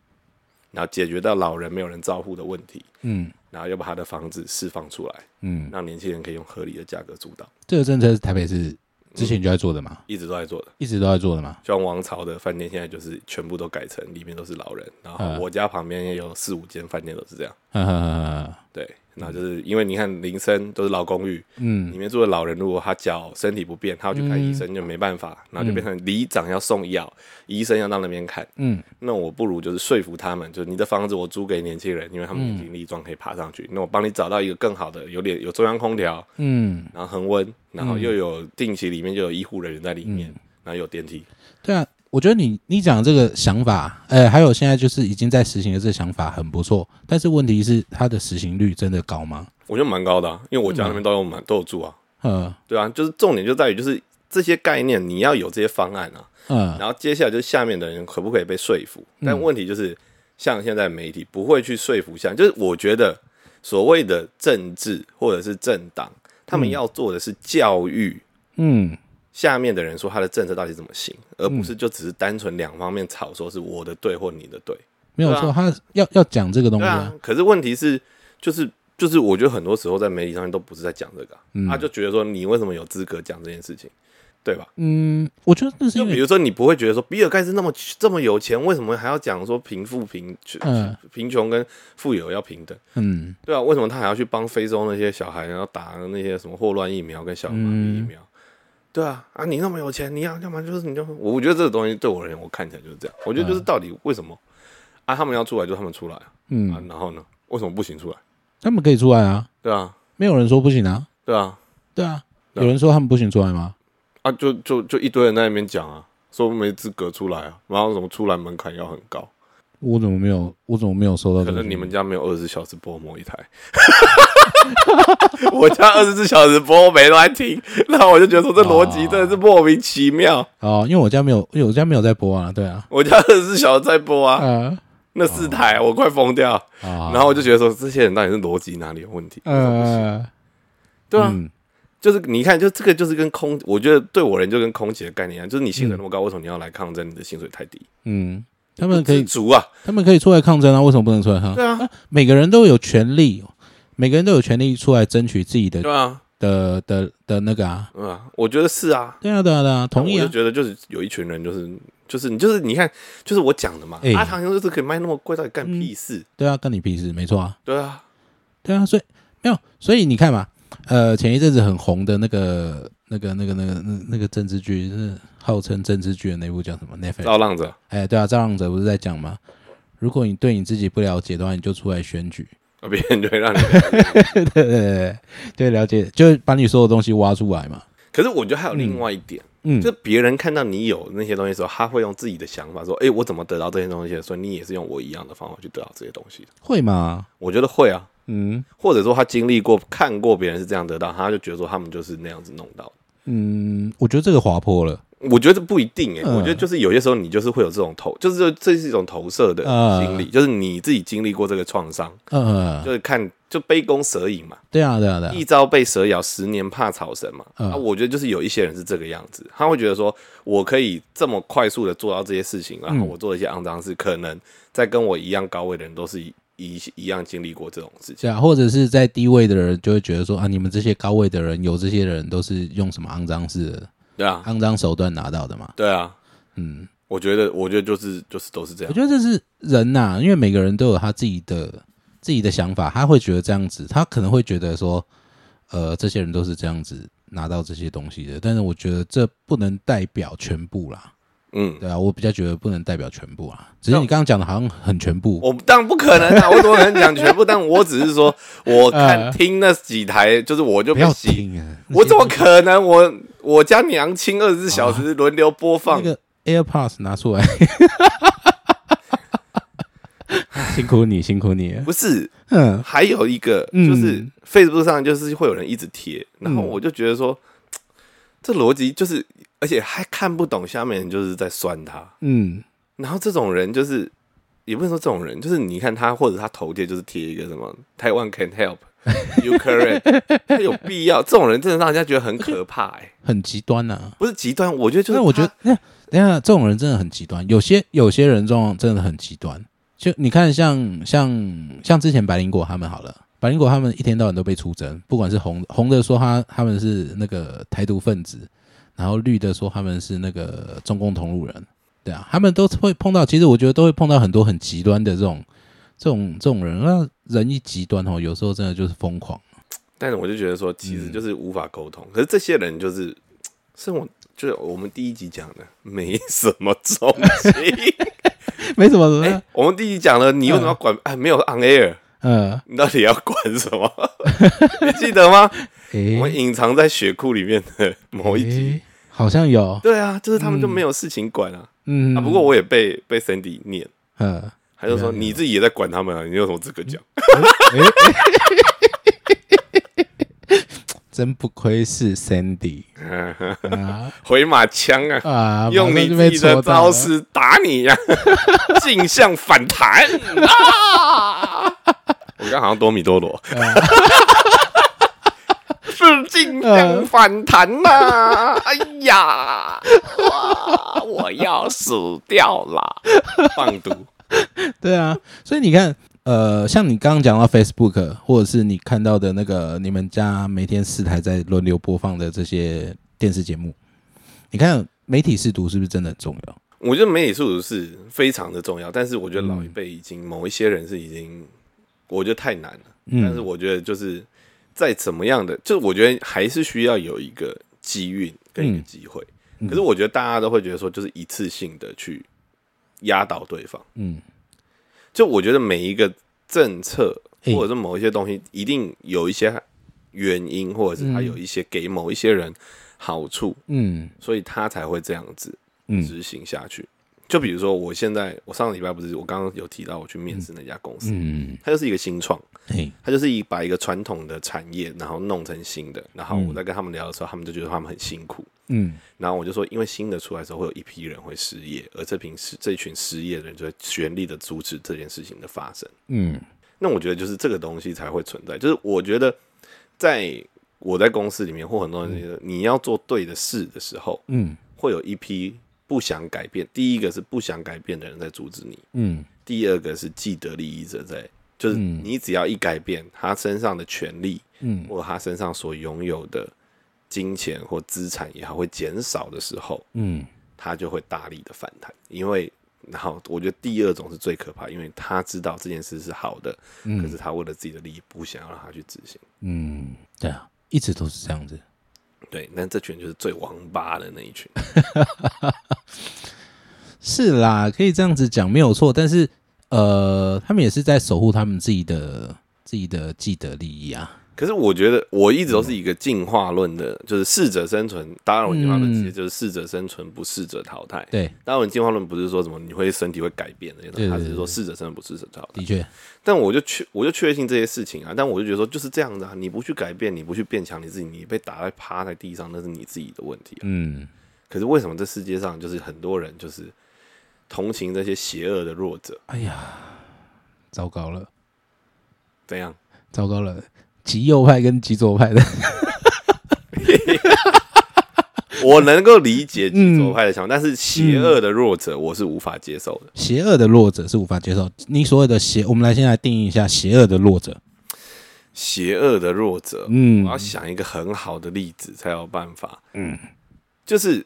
A: 然后解决到老人没有人照护的问题，
C: 嗯
A: 然后又把他的房子释放出来，
C: 嗯，
A: 让年轻人可以用合理的价格租到，
C: 这个政策是台北市之前就在做的嘛，
A: 一直都在做的。
C: 一直都在做的嘛。
A: 就像王朝的饭店现在就是全部都改成里面都是老人，然后
C: 嗯
A: 我家旁边也有四五间饭店都是这样，
C: 呵呵呵呵
A: 对，然后就是因为你看林森都是老公寓，
C: 嗯
A: 里面住的老人如果他脚身体不便，他要去看医生就没办法，然后就变成里长要送药，医生要到那边看。
C: 嗯
A: 那我不如就是说服他们，就是你的房子我租给年轻人，因为他们年轻力壮可以爬上去。那我帮你找到一个更好的，有点有中央空调，
C: 嗯，
A: 然后恒温，然后又有定期里面就有医护人员在里面，然后有电梯。
C: 对啊，我觉得你你讲的这个想法，呃，还有现在就是已经在实行的这个想法很不错，但是问题是它的实行率真的高吗？
A: 我觉得蛮高的、啊，因为我家那边都有蛮都有住啊，
C: 呃
A: 对啊，就是重点就在于就是这些概念你要有这些方案啊，
C: 呃，
A: 然后接下来就是下面的人可不可以被说服？但问题就是，像现在媒体不会去说服像，就是我觉得所谓的政治或者是政党，他们要做的是教育
C: 嗯
A: 下面的人说他的政策到底怎么行，而不是就只是单纯两方面吵，说是我的对或你的对。
C: 没有
A: 对啊
C: 错，他要要讲这个东西
A: 对
C: 啊、
A: 啊，可是问题是，就是就是，我觉得很多时候在媒体上面都不是在讲这个啊、
C: 嗯
A: 他就觉得说你为什么有资格讲这件事情，对吧？
C: 嗯，我觉得那是
A: 就
C: 因
A: 比
C: 为，
A: 如说，你不会觉得说比尔盖茨那么这么有钱，为什么还要讲说贫富贫
C: 嗯
A: 贫穷跟富有要平等？
C: 嗯
A: 对啊，为什么他还要去帮非洲那些小孩，然后打那些什么霍乱疫苗跟小儿麻痹疫苗？对啊，啊，你那么有钱，你要要么就是你就我我觉得这个东西对我而言，我看起来就是这样。我觉得就是到底为什么、啊，他们要出来就他们出来啊，
C: 嗯、
A: 啊然后呢，为什么不行出来？
C: 他们可以出来啊，
A: 对啊，
C: 没有人说不行啊，
A: 对啊，
C: 对啊，
A: 对啊
C: 有人说他们不行出来吗？
A: 啊，就就就一堆人在那边讲啊，说没资格出来啊，然后什么出来门槛要很高。
C: 我怎么没有？我怎么没有收到这
A: 可
C: 个讯息？
A: 能你们家没有二十小时播磨一台， 我家二十四小时播，每天都在听，那我就觉得说这逻辑真的是莫名其妙。
C: 哦，因为我家没有，因为我家没有在播啊，对啊，
A: 我家二十四小时在播啊，
C: 呃
A: 那四台我快疯掉。
C: 啊，
A: 然后我就觉得说这些人到底是逻辑哪里有问题？
C: 呃，
A: 对啊，
C: 嗯
A: 就是你看，就这个就是跟空，我觉得对我人就跟空姐的概念一样，就是你薪水那么高，为什么你要来抗争？你的薪水太低，
C: 嗯，他们可以
A: 知，足啊，
C: 他们可以出来抗争啊，为什么不能出来抗
A: 对
C: 争？
A: 啊，
C: 每个人都有权利，哦每个人都有权利出来争取自己的
A: 对啊，
C: 的的的那个啊，
A: 嗯啊，我觉得是啊，
C: 对啊，对啊，对啊，同意
A: 我
C: 啊
A: 就，觉得就是有一群人就是就是你就是你看就是我讲的嘛，
C: 哎
A: 阿唐就是可以卖那么贵，到底干屁事？
C: 对啊，干你屁事，没错啊，
A: 对啊，
C: 对啊，所以没有，所以你看嘛，呃，前一阵子很红的那个、那个、那个、那个、那那个政治剧，是号称政治剧的那部叫什么？Netflix？
A: 造浪 者
C: 哎，对啊，造浪者不是在讲吗？如果你对你自己不了解的话，你就出来选举，
A: 啊别人就会让你。
C: 对对对对对，了解，就是把你所有东西挖出来嘛。
A: 可是我觉得还有另外一点，
C: 嗯
A: 就是别人看到你有那些东西的时候，他会用自己的想法说：“哎、我怎么得到这些东西的？”所以你也是用我一样的方法去得到这些东西的。
C: 会吗？
A: 我觉得会啊，
C: 嗯
A: 或者说他经历过、看过别人是这样得到，他就觉得说他们就是那样子弄到的。
C: 嗯，我觉得这个滑坡了。
A: 我觉得不一定哎、
C: 嗯
A: 我觉得就是有些时候你就是会有这种投，就是这是一种投射的
C: 嗯
A: 心理，就是你自己经历过这个创伤，
C: 呃，
A: 就是看就杯弓蛇影嘛，
C: 对啊，对啊，对啊
A: 一，朝被蛇咬，十年怕草绳嘛。
C: 嗯
A: 啊，我觉得就是有一些人是这个样子，他会觉得说，我可以这么快速的做到这些事情，
C: 嗯
A: 然后我做了一些肮脏事，可能在跟我一样高位的人都是一一一样经历过这种事情。
C: 对啊，或者是在低位的人就会觉得说啊，你们这些高位的人，有这些人都是用什么肮脏事的、
A: 对啊，
C: 肮脏手段拿到的嘛。
A: 对啊，
C: 嗯，
A: 我觉得，我觉得就是就是都是这
C: 我
A: 样。
C: 觉得这是人呐、因为每个人都有他自己的自己的想法，他会觉得这样子，他可能会觉得说，呃，这些人都是这样子拿到这些东西的，但是我觉得这不能代表全部啦，
A: 嗯，
C: 对啊，我比较觉得不能代表全部啊，只是你刚刚讲的好像很全部，
A: 我当然不可能啊，我怎么可能讲全部？但我只是 说，我看
C: 嗯
A: 听那几台，就是我就
C: 不要
A: 行。
C: 听啊，
A: 我怎么可能？我我家娘亲二十四小时轮流播放
C: 那，个 AirPods 拿出 来，辛苦你，辛苦你，
A: 不是？
C: 嗯
A: 还有一个
C: 嗯
A: 就是 Facebook 上就是会有人一直贴，然后
C: 嗯
A: 我就觉得说，嘖这逻辑就是，而且还看不懂下面人就是在酸他，
C: 嗯
A: 然后这种人就是。也不是说这种人，就是你看他或者他头贴就是贴一个什么台湾 can help you correct，他有必要？这种人真的让人家觉得很可怕哎、
C: 很极端呐、
A: 不是极端，我觉得就是
C: 那我
A: 他
C: 觉得，那等一下这种人真的很极端，有些有些人这种真的很极端。就你看像，像像之前白灵果他们好了，白灵果他们一天到晚都被出征，不管是红红的说他他们是那个台独分子，然后绿的说他们是那个中共同路人，对啊，他们都会碰到，其实我觉得都会碰到很多很极端的这种这种这种人，那人一极端哦，有时候真的就是疯狂。
A: 但是我就觉得说，其实
C: 嗯
A: 就是无法沟通。可是这些人就是，是我就是我们第一集讲的，没什么东 西。
C: 没什 么，
A: 哎、 我们第一集讲了，你为什么要管？哎、没有 on air，
C: 嗯，
A: 你到底要管什么？ 你记得吗？
C: 诶
A: 我们隐藏在血库里面的某一集。
C: 诶好像有，
A: 对啊，就是他们就没有事情管啊。
C: 嗯，
A: 啊，不过我也被被 Sandy 念，
C: 嗯，
A: 他就说你自己也在管他们啊，你有什么资格讲？
C: 真不愧是 Sandy 啊
A: 回马枪 啊，
C: 啊，
A: 用
C: 马上
A: 你
C: 就
A: 自
C: 被
A: 己的
C: 戳到
A: 招
C: 了，
A: 式打你 呀、镜像反 弹啊！我刚好像多米多罗， 是镜像反弹呐、哎呀，哇，我要死掉啦！放毒，
C: 对啊，所以你看，呃，像你刚刚讲到 Facebook，或者是你看到的那个你们家每天四台在轮流播放的这些电视节目，你看媒体试读是不是真的很重要？
A: 我觉得媒体素质是非常的重要，但是我觉得老一辈已经、某一些人是已经，我觉得太难了。但是
C: 嗯
A: 我觉得就是在怎么样的，就是我觉得还是需要有一个机运跟一个机会。
C: 嗯
A: 可是我觉得大家都会觉得说，就是一次性的去压倒对方。
C: 嗯，
A: 就我觉得每一个政策
C: 嘿
A: 或者是某一些东西，一定有一些原因，或者是它
C: 嗯
A: 有一些给某一些人好处，
C: 嗯
A: 所以他才会这样子
C: 嗯
A: 执行下去。就比如说，我现在我上个礼拜不是我刚刚有提到我去面试那家公司，
C: 嗯，
A: 它就是一个新创。
C: 嘿，
A: 他就是以把一个传统的产业，然后弄成新的。然后我在跟他们聊的时候，他们就觉得他们很辛苦。
C: 嗯
A: 然后我就说，因为新的出来的时候，会有一批人会失业，而这批失这群失业的人就会全力的阻止这件事情的发生。
C: 嗯
A: 那我觉得就是这个东西才会存在。就是我觉得，在我在公司里面或很多人觉得你要做对的事的时候，
C: 嗯
A: 会有一批不想改变。第一个是不想改变的人在阻止你，
C: 嗯
A: 第二个是既得利益者在，就是你只要一改变他身上的权利，
C: 嗯
A: 或者他身上所拥有的金钱或资产也好，会减少的时候，
C: 嗯
A: 他就会大力的反弹，因为。然后我觉得第二种是最可怕，因为他知道这件事是好的，可是他为了自己的利益不想要让他去执行。
C: 嗯，对啊，一直都是这样子。
A: 对，那这群就是最王八的那一群。
C: 是啦，可以这样子讲没有错，但是呃，他们也是在守护他们自己的自己的既得利益啊。
A: 可是我觉得我一直都是一个进化论的，就是适者生存。达尔文进化论其实就是适者生存，不适者淘汰。
C: 对，
A: 达尔文进化论不是说什么你会身体会改变的那
C: 对
A: 种，他
C: 对
A: 只是说适者生存不适者淘汰
C: 的。确，
A: 但我就确我就确信这些事情啊，但我就觉得说就是这样的啊，你不去改变，你不去变强，你自己你被打在趴在地上，那是你自己的问题啊、
C: 嗯
A: 可是为什么这世界上就是很多人就是同情这些邪恶的弱者？
C: 哎呀，糟糕了，
A: 怎样？
C: 糟糕了，极右派跟极左派的，
A: 我能够理解
C: 嗯
A: 极左派的想法，但是邪恶的弱者我是无法接受的。
C: 邪恶的弱者是无法接受。你所谓的邪，我们来先来定义一下邪恶的弱者。
A: 邪恶的弱者，
C: 嗯
A: 我要想一个很好的例子才有办法。
C: 嗯，
A: 就是，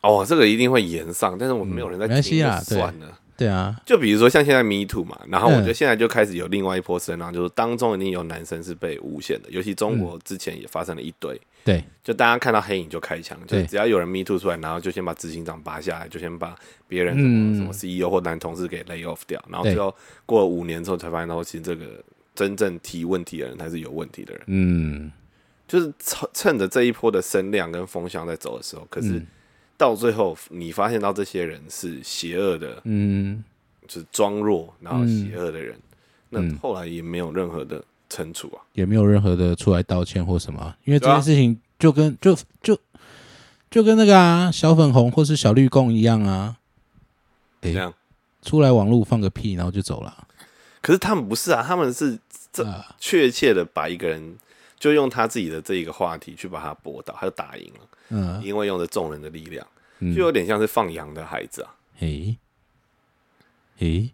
A: 哦，这个一定会延上，但是我们没有人在
C: 嗯没关系
A: 听，就
C: 啦对
A: 算了。
C: 对啊，
A: 就比如说像现在 Me Too 嘛，然后我
C: 嗯
A: 觉得现在就开始有另外一波声浪，就是当中一定有男生是被诬陷的，尤其中国之前也发生了一堆，
C: 对，
A: 就大家看到黑影就开枪，就
C: 嗯对
A: 是只要有人 Me Too 出来，然后就先把执行长拔下来，就先把别人什么、
C: 嗯
A: 什么 CEO 或男同事给 lay off 掉，然后
C: 对
A: 最后过了五年之后才发现，哦，其实这个真正提问题的人才是有问题的人，
C: 嗯
A: 就是趁趁着这一波的声量跟风向在走的时候，可是
C: 嗯
A: 到最后你发现到这些人是邪恶的，
C: 嗯，
A: 就是装弱然后邪恶的人，那
C: 嗯
A: 后来也没有任何的惩处啊。
C: 也没有任何的出来道歉或什么啊，因为这
A: 对啊
C: 件事情就跟、就就就跟那个啊小粉红或是小绿共一样啊，诶
A: 这样
C: 出来网路放个屁，然后就走了。
A: 可是他们不是啊，他们是这
C: 啊
A: 确切的把一个人。就用他自己的这一个话题去把他驳倒，他就打赢了，
C: 嗯，
A: 因为用着众人的力量，
C: 嗯
A: 就有点像是放羊的孩子啊。
C: 诶诶，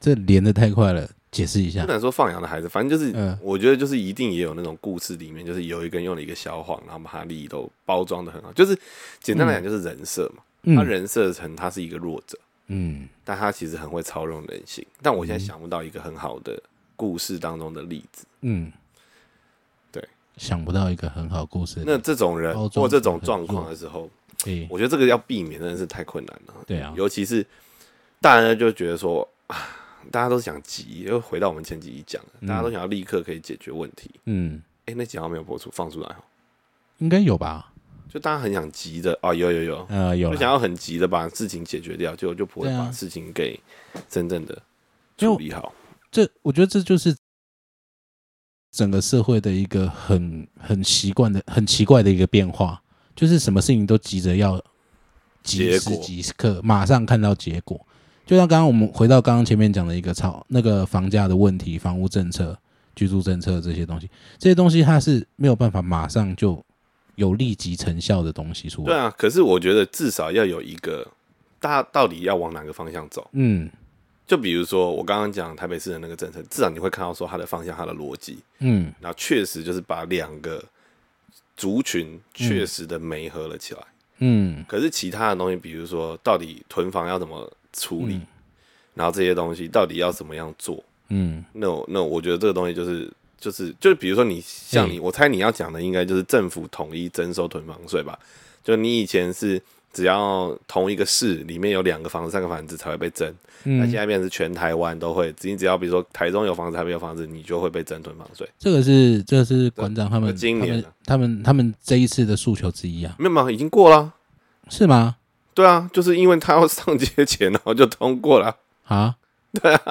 C: 这连的太快了，解释一下
A: 不。能说放羊的孩子，反正就是，
C: 嗯
A: 我觉得就是一定也有那种故事里面，就是有一个人用了一个小谎，然后把他利益都包装的很好，就是简单来讲就是人设嘛，他
C: 嗯
A: 人设成他是一个弱者，
C: 嗯，
A: 但他其实很会操弄人性。但我现在想不到一个很好的故事当中的例子。
C: 嗯，
A: 对，
C: 想不到一个很好故事。
A: 那这种人
C: 嗯包装
A: 或这种
C: 很
A: 状
C: 弱
A: 况的时候，
C: 诶，
A: 我觉得这个要避免真的是太困难了。
C: 对啊，
A: 尤其是大家就觉得说，啊大家都想急，又回到我们前几集讲的，大家都想要立刻可以解决问题。
C: 嗯，
A: 哎、那几号没有播出，放出来哦。
C: 应该有吧？
A: 就大家很想急的哦，有有有，
C: 呃，有
A: 就
C: 啦
A: 想要很急的把事情解决掉，结果就不会
C: 对啊
A: 把事情给真正的
C: 因
A: 处
C: 为我
A: 理好。
C: 这我觉得这就是整个社会的一个很很习惯的、很奇怪的一个变化，就是什么事情都急着要即
A: 结
C: 时
A: 果
C: 即刻马上看到结果。就像刚刚我们回到刚刚前面讲的一个炒那个房价的问题、房屋政策、居住政策这些东西，这些东西它是没有办法马上就有立即成效的东西出
A: 对
C: 来。
A: 啊，可是我觉得至少要有一个，大家到底要往哪个方向走？
C: 嗯
A: 就比如说我刚刚讲台北市的那个政策，至少你会看到说它的方向、它的逻辑，
C: 嗯
A: 然后确实就是把两个族群确实的媒合了起来。
C: 嗯
A: 可是其他的东西，比如说到底囤房要怎么处理，
C: 嗯
A: 然后这些东西到底要怎么样做？
C: 嗯，
A: 那我那我觉得这个东西就是就是就比如说你像你，我猜你要讲的应该就是政府统一征收囤房税吧？就你以前是只要同一个市里面有两个房子、三个房子才会被征，那、现
C: 嗯
A: 在变成是全台湾都会，只你只要比如说台中有房子、台北有房子，你就会被征囤房税。
C: 这个是这个是馆长他们
A: 今
C: 他
A: 年
C: 们
A: 啊
C: 他们他们这一次的诉求之一啊。
A: 没有嘛，已经过了啊。
C: 是吗？
A: 对啊，就是因为他要上街前，然后就通过了。
C: 啊？ 对啊。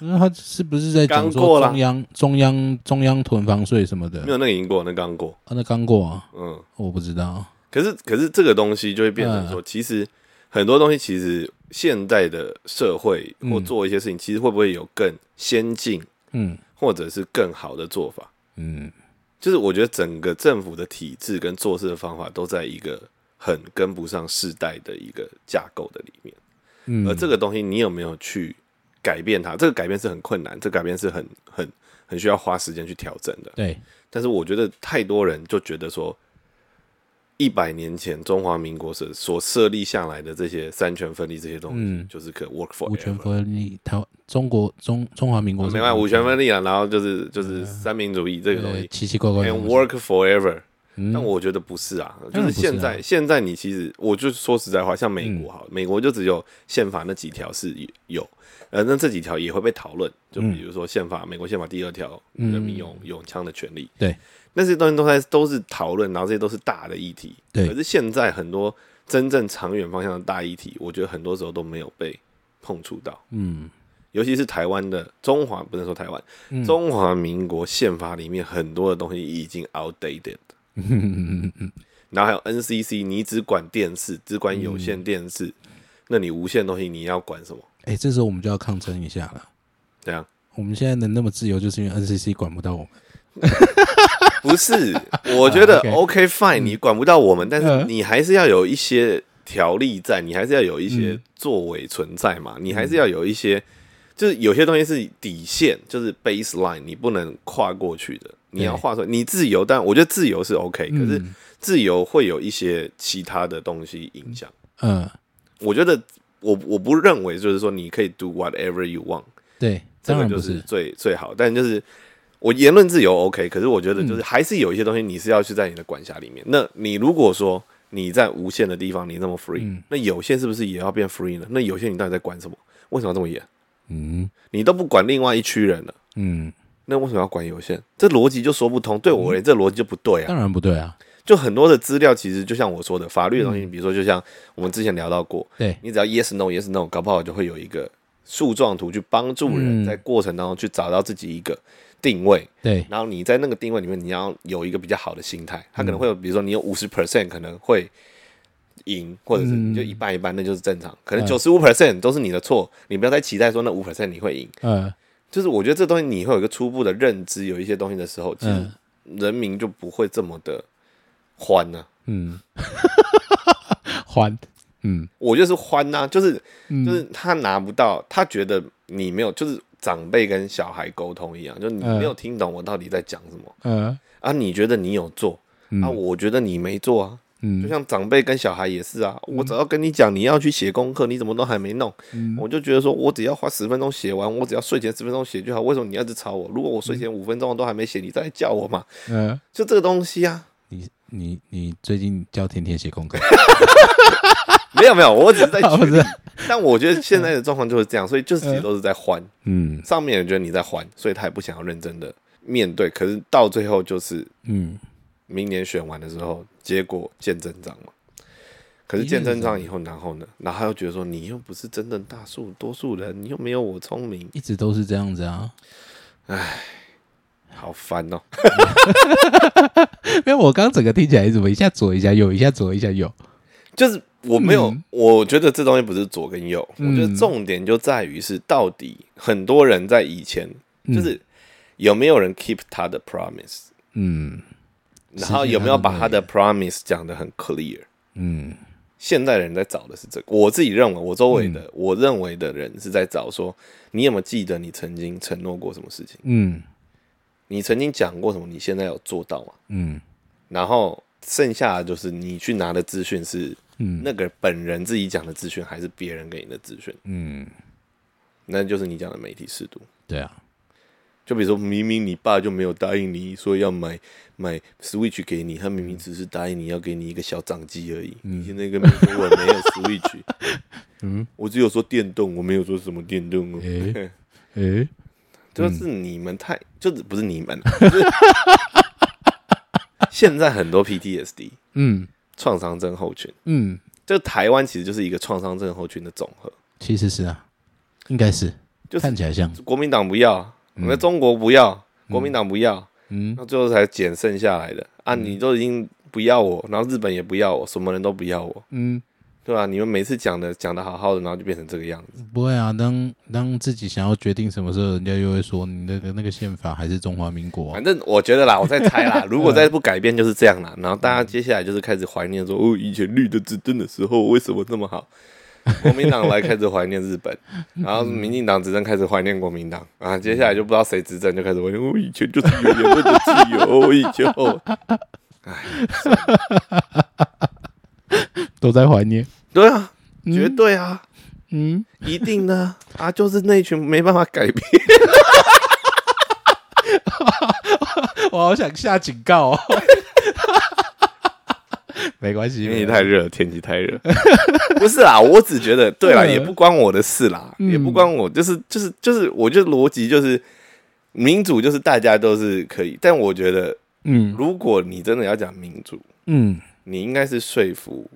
C: 那他是不是在讲
A: 刚过
C: 说
A: 啦
C: 中央中央中央囤房税什么的？
A: 没有，那个已经过，那个刚过。
C: 啊，那刚过啊，
A: 嗯，
C: 我不知道。
A: 可是可是这个东西就会变
C: 嗯
A: 成说，其实很多东西其实现代的社会
C: 嗯
A: 或做一些事情，其实会不会有更先进
C: 嗯
A: 或者是更好的做法？
C: 嗯
A: 就是我觉得整个政府的体制跟做事的方法都在一个很跟不上世代的一个架构的里面，
C: 嗯，
A: 呃而这个东西你有没有去改变它？这个改变是很困难，这个改变是很很很需要花时间去调整的。
C: 对，
A: 但是我觉得太多人就觉得说，一百年前中华民国所所设立下来的这些三权分立这些东西，
C: 嗯
A: 就是可 work
C: 五权
A: forever。
C: 分立，台湾中国中中华民国是
A: 没办法，五权分立了，然后就是
C: 啊
A: 就是三民主义这个东
C: 呃
A: 西
C: 奇奇怪怪的
A: ，and
C: 东西。
A: work forever。但
C: 嗯
A: 我觉得不是啊，就
C: 当然
A: 是
C: 不是啊
A: 现
C: 嗯
A: 在现在你其实，我就说实在话，像美国好，美国就只有宪法那几条是有，呃，那这几条也会被讨论，就比如说宪法，美国宪法第二条，
C: 嗯
A: 人民有有枪的权利，
C: 对，
A: 那些东西都在都是讨论，然后这些都是大的议题，
C: 对
A: 可是现在很多真正长远方向的大议题，我觉得很多时候都没有被碰触到，
C: 嗯
A: 尤其是台湾的中华，不能说台湾，
C: 嗯
A: 中华民国宪法里面很多的东西已经 outdated。
C: 嗯嗯嗯嗯
A: 然后还有 NCC，你只管电视，只管有线
C: 嗯
A: 电视，那你无线东西你要管什么？
C: 哎，这时候我们就要抗争一下了。
A: 怎样？
C: 我们现在能那么自由，就是因为 NCC 管不到我们。
A: 不 是，我觉得
C: 啊
A: OK fine，你管不到我们，但是
C: 嗯
A: 你还是要有一些条例在，你还是要有一
C: 嗯
A: 些作为存在嘛，你还是要有一些，就是有些东西是底线，就是 baseline，你不能跨过去的。你要画出来，你自由，但我觉得自由是 OK，可是
C: 嗯
A: 自由会有一些其他的东西影响。
C: 嗯，
A: 我觉得我我不认为就是说你可以 do whatever you want，
C: 对，
A: 这
C: 当
A: 个
C: 然
A: 就
C: 不
A: 是
C: 是。
A: 最最好。但就是我言论自由 OK，可是我觉得
C: 嗯
A: 就是还是有一些东西你是要去在你的管辖里面。那你如果说你在无限的地方你那么 free，、
C: 嗯
A: 那有些是不是也要变 free 呢？那有些你到底在管什么？为什么要这么严？
C: 嗯
A: 你都不管另外一区人了。
C: 嗯，
A: 那为什么要管有限？这逻辑就说不通，对我而言，这逻辑就不对啊
C: 当。然不对啊。
A: 就很多的资料，其实就像我说的，法律的东
C: 嗯
A: 西，比如说，就像我们之前聊到过，
C: 对，
A: 你只要 yes no yes no，搞不好就会有一个树状图去帮助人
C: 嗯
A: 在过程当中去找到自己一个定位，
C: 对，
A: 然后你在那个定位里面，你要有一个比较好的心态。他可
C: 嗯
A: 能会有，比如说你有五十 percent 可能会赢，或者是
C: 嗯
A: 你就一半一半，那就是正常。可能
C: 嗯
A: 九十五 percent 都是你的错，你不要再期待说那五 percent 你会赢。
C: 呃，
A: 就是我觉得这东西你会有一个初步的认知，有一些东西的时候，其实
C: 嗯
A: 人民就不会这么的欢啊呢、
C: 嗯， 还，嗯
A: 我就是欢呐、就是
C: 嗯
A: 就是他拿不到，他觉得你没有，就是长辈跟小孩沟通一样，就你
C: 嗯
A: 没有听懂我到底在讲什么
C: 呃
A: 啊？你觉得你有做
C: 嗯
A: 啊？我觉得你没做啊，就
C: 嗯
A: 像长辈跟小孩也是啊，我只要跟你讲你要去写功课，你怎么都还没弄，
C: 嗯
A: 我就觉得说我只要花十分钟写完，我只要睡前十分钟写就好，为什么你要一直吵我？如果我睡前五分钟都还没写，你再来叫我嘛，
C: 呃，
A: 就这个东西啊，
C: 你你你最近叫天天写功 课，啊
A: 没有没有，我只是 在
C: 不
A: 举
C: 是
A: 例，但我觉得现在的状况就是这样，所以就是自己都是在欢，
C: 嗯
A: 上面人觉得你在还，所以他也不想要认真的面对。可是到最后就是
C: 嗯，
A: 明年选完的时候，结果见真章嘛。可是见真章以后，然后呢？然后他又觉得说，你又不是真正大数多数人，你又没有我聪明，
C: 一直都是这样子啊。
A: 好烦哦、
C: 没有，我刚整个听起来怎么一下左一下右，一下左一下右。
A: 就是我没有，我觉得这东西不是左跟右，
C: 嗯
A: 我觉得重点就在于是到底很多人在以前就是有没有人 keep 他的 promise，
C: 嗯
A: 然后有没有把他的
C: 实
A: promise 讲得很 clear。
C: 嗯
A: 现代人在找的是这个，我自己认为，我周围的、我认为的人是在找说，你有没有记得你曾经承诺过什么事情？
C: 嗯
A: 你曾经讲过什么？你现在有做到吗？
C: 嗯
A: 然后剩下的就是你去拿的资讯是
C: 嗯
A: 那个本人自己讲的资讯，还是别人给你的资讯？
C: 嗯，
A: 那就是你讲的媒体适度。
C: 对啊，
A: 就比如说，明明你爸就没有答应你说要买买 Switch 给你，他明明只是答应你要给你一个小掌机而已。你现在跟别人说我没有 Switch，嗯，我只有说电动，我没有说什么电动哦。
C: 诶诶，
A: 就是你们太，就是不是你们，就是现在很多 PTSD
C: 嗯
A: 创伤症候群，
C: 嗯，
A: 就台湾其实就是一个创伤症候群的总和。
C: 其实是啊，应该是，
A: 就是
C: 看起来像，
A: 国民党不要，我们中国不要，国民党不要，
C: 嗯
A: 那最后才减剩下来的啊！你都已经不要我，然后日本也不要我，什么人都不要我，
C: 嗯，
A: 对吧、你们每次讲的讲的好好的，然后就变成这个样子。
C: 不会啊。当当自己想要决定什么时候，人家又会说你那个那个宪法还是中华民国啊、
A: 反正我觉得啦，我在猜啦，如果再不改变就是这样啦。然后大家接下来就是开始怀念说，哦，以前绿的执政的时候为什么那么好？国民党来开始怀念日本，然后民进党执政开始怀念国民党啊，接下来就不知道谁执政就开始怀念，我、以前就是有言论的自由，我以前哦
C: 都在怀念。
A: 对啊，绝对啊，
C: 嗯，
A: 一定的啊 啊，就是那群没办法改变。
C: 我好想下警告 哦。没关系，
A: 天气太热，天气太 热。不是啦，我只觉得，对啦，
C: 嗯
A: 也不关我的事啦，也不关我，就是就是就是，我觉得逻辑就是民主，就是大家都是可以。但我觉得，
C: 嗯
A: 如果你真的要讲民主，
C: 嗯
A: 你应该是说服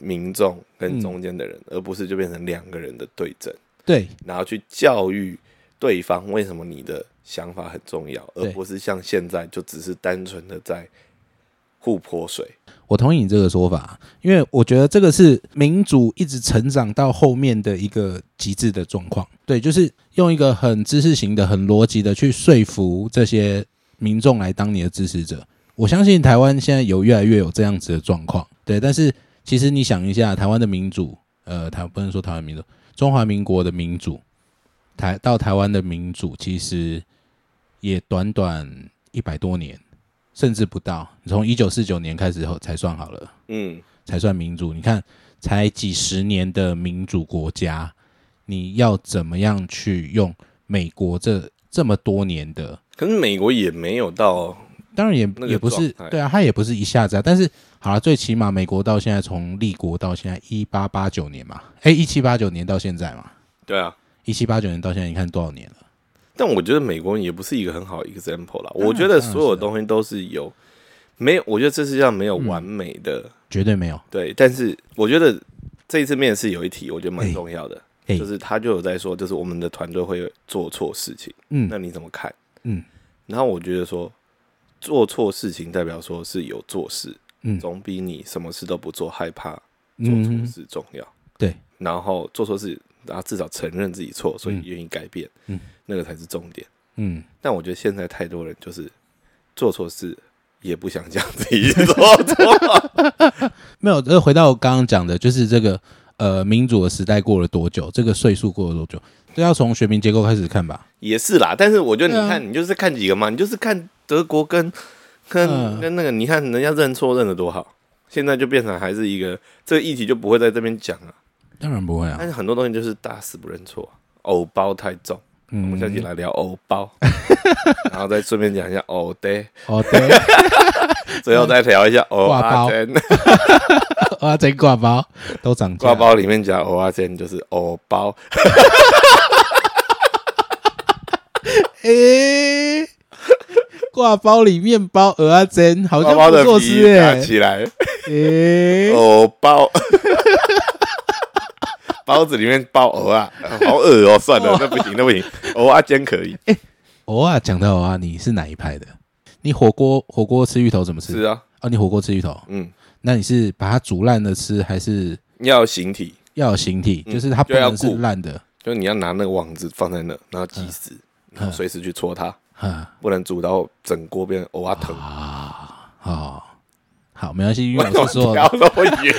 A: 民众
C: 嗯
A: 跟中间的人，而不是就变成两个人的对阵，
C: 对，
A: 然后去教育对方为什么你的想法很重要，而
C: 对
A: 不是像现在就只是单纯的在互泼水。
C: 我同意你这个说法，因为我觉得这个是民主一直成长到后面的一个极致的状况。对，就是用一个很知识型的、很逻辑的去说服这些民众来当你的支持者。我相信台湾现在有越来越有这样子的状况。对，但是其实你想一下，台湾的民主，呃，台不能说台湾民主，中华民国的民主，台到台湾的民主，其实也短短一百多年。甚至不到，从一九四九年开始后才算好了，
A: 嗯，
C: 才算民主。你看，才几十年的民主国家，你要怎么样去用美国这这么多年的？
A: 可是美国也没有到
C: 当然也
A: 那个
C: 也不是
A: 状态
C: 对啊，它也不是一下子啊。但是好了，最起码美国到现在从立国到现在一八八九年嘛，哎，一七八九年到现在嘛，
A: 对啊，
C: 一七八九年到现在，你看多少年了？
A: 但我觉得美国也不是一个很好的 example 啦。我觉得所有东西都是有没有，我觉得这世界上没有完美的、
C: 绝对没有。
A: 对，但是我觉得这一次面试有一题，我觉得蛮
C: 哎
A: 重要的，
C: 哎
A: 就是他就有在说，就是我们的团队会做错事情，
C: 嗯
A: 那你怎么看？
C: 嗯，
A: 然后我觉得说做错事情代表说是有做事，
C: 嗯
A: 总比你什么事都不做害怕做错
C: 嗯，
A: 事重要。
C: 对，
A: 然后做错事，然后至少承认自己错，所以愿意改变，
C: 嗯
A: 那个才是重点。
C: 嗯，
A: 但我觉得现在太多人就是做错事也不想讲自己做错，
C: 没有，这回到我刚刚讲的，就是这个呃民主的时代过了多久，这个岁数过了多久，这要从学民结构开始看吧。
A: 也是啦。但是我觉得
C: 对
A: 你
C: 啊
A: 看，你就是看几个嘛，你就是看德国跟跟、
C: 嗯
A: 跟那个，你看人家认错认的多好。现在就变成还是一个这个议题就不会在这边讲了。
C: 当然不会啊
A: 但。是很多东西就是打死不认错，藕包太重。 我们
C: 嗯
A: 下，期来聊藕 包，然后再顺便讲一下藕呆，
C: 哦对，
A: 最后再聊一下藕
C: 挂包
A: 阿珍。
C: 哇，这挂包都涨价，
A: 挂包里面讲藕阿珍就是藕包，
C: 诶，挂包里面包鹅啊煎，好
A: 挂
C: 像
A: 包
C: 不
A: 的
C: 错
A: 皮
C: 吃
A: 拿
C: 诶。
A: 起哦来，
C: 诶，
A: 藕包。 包子里面包藕啊，好恶哦！算了，那不行，那不行，藕阿煎可以。
C: 哎偶尔讲到啊，你是哪一派的？你火锅火锅吃芋头怎么
A: 是
C: 吃？
A: 啊，
C: 哦，你火锅吃芋头，
A: 嗯，
C: 那你是把它煮烂了吃，还是
A: 要形体，
C: 要有形体？
A: 嗯
C: 就是它不
A: 就要
C: 能是
A: 顾
C: 烂的。
A: 就是你要拿那个网子放在那，然后计
C: 嗯
A: 时，然后随时去戳它，
C: 啊
A: 不能煮到整锅变成欧阿藤。
C: 啊，好好，没关系，因
A: 为
C: 为
A: 什
C: 老
A: 么
C: 师说
A: 不，要那么远？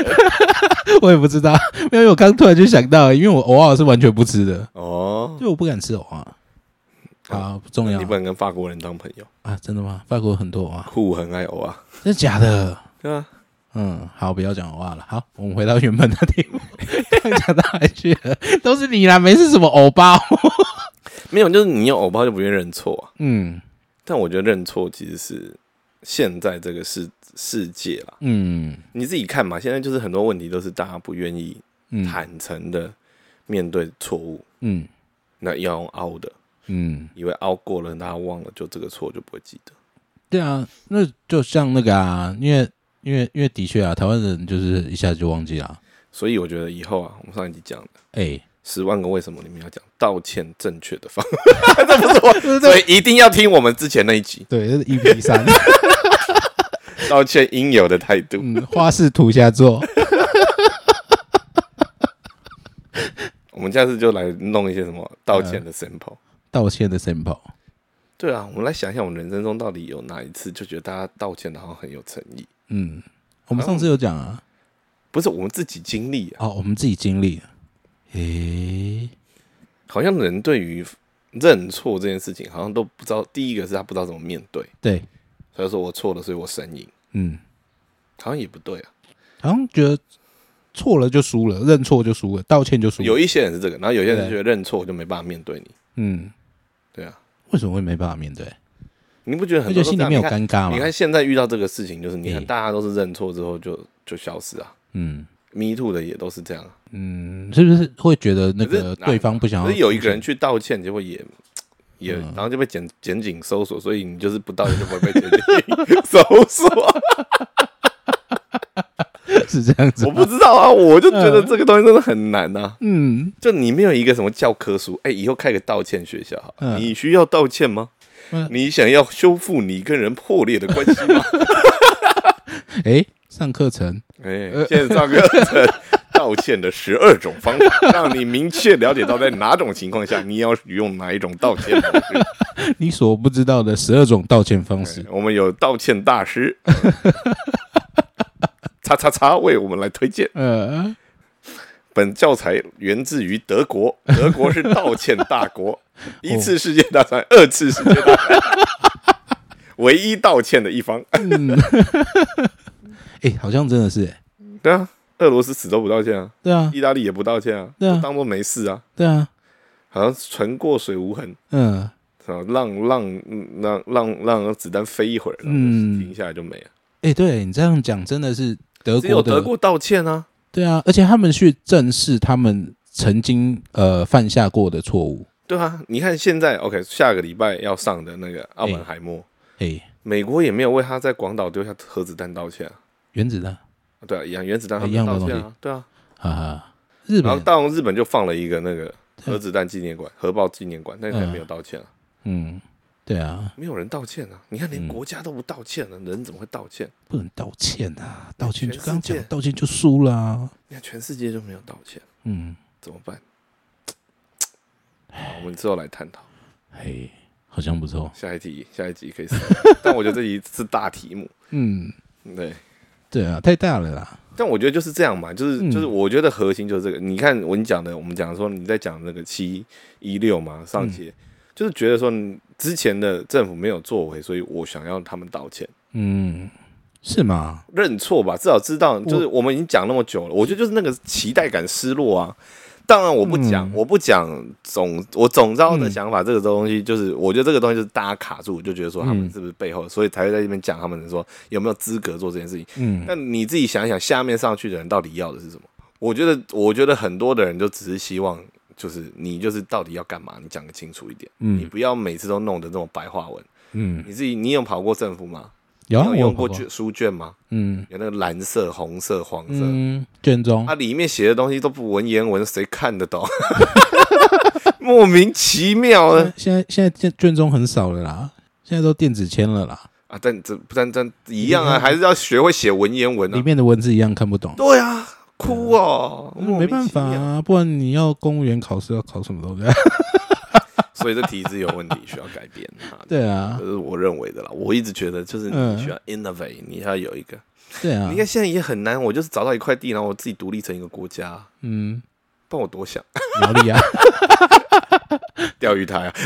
C: 我也不知道， 没有，因为我刚突然就想到，因为我偶尔是完全不吃的，
A: 哦，
C: 就我不敢吃偶尔。啊，不重要
A: 你不能跟法国人当朋友，
C: 啊，真的吗？法国很多啊，
A: 酷很爱欧啊，
C: 真的假的？
A: 对啊，
C: 嗯，好，不要讲偶尔了。好，我们回到原本的题目，刚讲到哪里去了？都是你啦，没事什么欧巴。
A: 没有，就是你有欧包就不愿意认错啊。
C: 嗯
A: 但我觉得认错其实是现在这个世世界啦，
C: 嗯
A: 你自己看嘛，现在就是很多问题都是大家不愿意
C: 嗯
A: 坦诚的面对错误，
C: 嗯
A: 那要用凹的，
C: 嗯，
A: 因为凹过了，大家忘了，就这个错就不会记得。
C: 对啊，那就像那个啊，因为因为因为的确啊，台湾人就是一下子就忘记了啊。
A: 所以我觉得以后啊，我们上一集讲的《
C: 哎、
A: 十万个为什么》里面要讲道歉正确的方法， 这不是我，所以一定要听我们之前那一 集
C: 对，这是一比三，
A: 道歉应有的态度。
C: 嗯，花式土下座。
A: 我们下次就来弄一些什么道歉的 sample。
C: 道歉的 sample，
A: 对啊，我们来想一下，我们人生中到底有哪一次就觉得大家道歉然后很有诚意？
C: 嗯，我们上次有讲啊，
A: 不是我们自己经历啊，
C: 哦，我们自己经历的，诶、
A: 好像人对于认错这件事情，好像都不知道。第一个是他不知道怎么面对，
C: 对，
A: 所以说我错了，所以我呻吟，
C: 嗯，
A: 好像也不对啊。
C: 好像觉得错了就输了，认错就输了，道歉就输了
A: 有，一些人是这个，然后有些人
C: 对
A: 觉得认错我就没办法面对你，
C: 嗯，
A: 对啊，
C: 为什么会没办法面对？
A: 你不觉得
C: 而
A: 很
C: 且
A: 多都
C: 心
A: 这
C: 里
A: 样
C: 面有
A: 你看
C: 尴尬
A: 你看
C: 嘛，
A: 现在遇到这个事情，就是你看
C: 嗯
A: 大家都是认错之后就就消失啊
C: 嗯。
A: ，me too 的也都是这样啊。
C: 嗯，是不是会觉得那
A: 可是
C: 个对方不想要？
A: 可是有一个人去道歉，结果也也，然后就被检检警搜索，所以你就是不道歉就不会被检警搜索。
C: 是这样子
A: 我
C: 吗，
A: 不知道啊，我就觉得这个东西真的很难呐、啊。
C: 嗯
A: 就你没有一个什么教科书，哎、以后开个道歉学校好了，
C: 嗯
A: 你需要道歉吗
C: 嗯？
A: 你想要修复你跟人破裂的关系 吗？
C: 诶，上课程
A: 哎，
C: 呃
A: 线上课程道歉的十二种方法，让你明确了解到在哪种情况下你要用哪一种道歉模式。
C: 你所不知道的十二种道歉方式，
A: 我们有道歉大 师，叉叉叉为我们来推荐。
C: 呃，
A: 本教材源自于德 国，德国是道歉大
C: 哦
A: 国，一次世界大战、二次世界大 战，唯一道歉的一方。
C: 诶，嗯哎好像真的是、欸诶
A: 对啊，俄罗斯死都不道歉啊，
C: 对啊，
A: 意大利也不道歉啊，
C: 对啊
A: 就当做没事啊，
C: 对啊，
A: 好像船过水无痕。
C: 嗯
A: 啊，让让嗯让让让子弹飞一会儿，然后
C: 嗯
A: 就停下来就没了。
C: 诶，哎对你这样讲真的是德
A: 只有
C: 国的，
A: 德国道歉啊，
C: 对啊，而且他们去正视他们曾经呃犯下过的错误，
A: 对啊，你看现在 OK，下个礼拜要上的那个《
C: 哎
A: 奥本海默》
C: 诶，
A: 美国也没有为他在广岛丢下核子弹道歉啊。
C: 原子弹
A: 对啊，一样原子弹他
C: 一样
A: 们
C: 的
A: 道歉
C: 东
A: 啊，对啊。
C: 哈哈，日
A: 然
C: 本
A: 后
C: 人，
A: 到日本就放了一个那个核子弹纪念馆、核爆纪念馆，但是还没有道歉啊，
C: 嗯，对啊，
A: 没有人道歉啊。你看，
C: 嗯
A: 连国家都不道歉了，人怎么会道歉？
C: 不能道歉啊，道歉就
A: 全世
C: 刚讲
A: 界
C: 道歉就输啦、
A: 你看全世界就没有道歉，
C: 嗯，
A: 怎么办？好，我们之后来探讨。
C: 嘿，好像不错，
A: 下一题，下一集可以上。 但我觉得这一是大题目，
C: 嗯，
A: 对。
C: 对啊，太大了啦，
A: 但我觉得就是这样嘛，就是
C: 嗯
A: 就是，我觉得核心就是这个。你看我跟你讲的，我们讲说你在讲那个七一六嘛，上节、就是觉得说你之前的政府没有作为，所以我想要他们道歉。
C: 嗯，是吗？
A: 认错吧，至少知道，就是我们已经讲那么久了，我觉得就是那个期待感失落啊。当然我不讲，我不讲总我总招的想法，这个东西就是，我觉得这个东西就是大家卡住，就觉得说他们是不是背后，所以才会在这边讲他们说有没有资格做这件事情。
C: 嗯，
A: 那你自己想一想，下面上去的人到底要的是什么？我觉得，我觉得很多的人就只是希望，就是你就是到底要干嘛，你讲个清楚一点，
C: 嗯
A: 你不要每次都弄得那种白话文。
C: 嗯，
A: 你自己，你有跑过政府吗？
C: 有啊
A: 你有
C: 我
A: 用过
C: 跑
A: 卷书卷吗？
C: 嗯
A: 有那个蓝色、红色、黄色，
C: 嗯，卷宗
A: 它、里面写的东西都不文言文，谁看得懂？ 莫名其妙啊的
C: 现在现在卷卷宗很少了啦，现在都电子签了啦，
A: 啊！但这但但一样啊，还是要学会写文言文
C: 里
A: 啊。
C: 面的文字一样嗯看不懂，
A: 对啊，哭哦，莫
C: 没
A: 名其
C: 办法
A: 妙
C: 啊，不然你要公务员考试要考什么东西？
A: 所以这体制有问题，需要改变啊。
C: 对啊
A: 这，是我认为的啦。我一直觉得，就是你
C: 嗯
A: 需要 innovate，你要有一个。
C: 对啊
A: 你，看现在也很难，我就是找到一块地，然后我自己独立成一个国家，
C: 嗯，
A: 帮我多想
C: 苗栗啊，
A: 钓鱼台啊，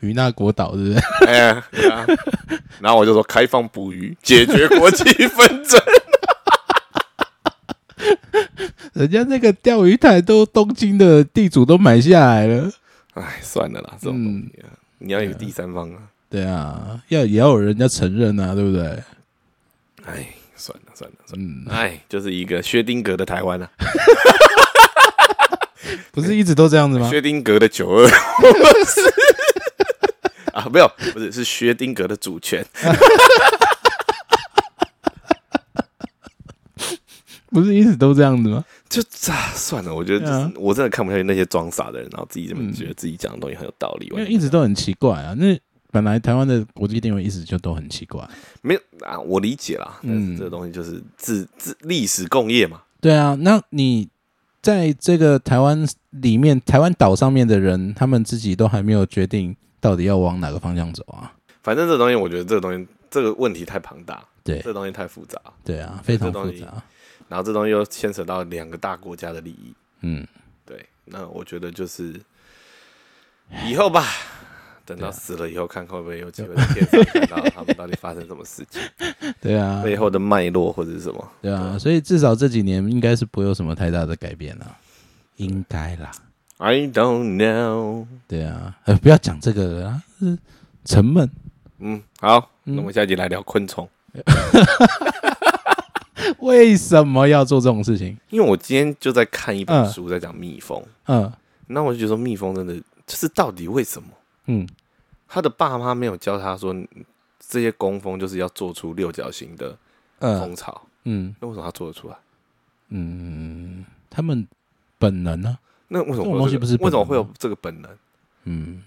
C: 与那国岛对不对？
A: 哎呀，对啊然后我就说开放捕鱼，解决国际纷争。
C: 人家那个钓鱼台都东京的地主都买下来了，
A: 哎，算了啦，这
C: 嗯
A: 种东西啊、你要有第三方啊。
C: 对啊，要也要有人家承认啊，对不对？啊
A: 哎，算了算了算
C: 嗯，
A: 了，哎，就是一个薛丁格的台湾啊，
C: 不是一直都这样子吗？
A: 薛丁格的九二 啊，没有，不是是薛丁格的主权。
C: 不是一直都这样子吗？
A: 就啊，算了，我觉得就是、
C: 对啊
A: 我真的看不下去那些装傻的人，然后自己这么觉得自己讲的东西很有啊道理，
C: 因
A: 完
C: 为
A: 全
C: 嗯一直都很奇怪啊。那本来台湾的国际定位一直就都很奇怪，
A: 没有啊，我理解啦，但是
C: 嗯
A: 这个东西就是自自历史共业嘛，
C: 对啊。那你在这个台湾里面，台湾岛上面的人，他们自己都还没有决定到底要往哪个方向走啊？
A: 反正这个东西，我觉得这个东西这个问题太庞大，
C: 对
A: 这个东西太复杂，
C: 对啊，非常复
A: 这东
C: 杂。
A: 然后这东西又牵扯到两个大国家的利益，
C: 嗯，
A: 对，那我觉得就是以后 吧。
C: 啊
A: 等到死了以后，看会不会有机会在天上看到他们到底发生什么事 情，
C: 对啊，
A: 背后的脉络或者是什么。
C: 对啊。所以至少这几年应该是不会有什么太大的改变啊，应该啦。
A: I don't know。
C: 对啊，呃，不要讲这个了啊，是沉闷。
A: 嗯，好，那
C: 嗯
A: 我们下一集来聊昆虫，
C: 为什么要做这种事情？
A: 因为我今天就在看一本
C: 嗯
A: 书，在讲蜜蜂，
C: 嗯
A: 那我就觉得说蜜蜂真的就是到底为什么
C: 嗯
A: 他的爸妈没有教他说嗯这些工蜂就是要做出六角形的
C: 嗯
A: 蜂巢，
C: 嗯
A: 那为什么他做得出来？
C: 嗯，他们本能啊呢、
A: 那为什么会
C: 这
A: 有这个
C: 种东西不是本能吗
A: 为什么会有这个本能？
C: 嗯，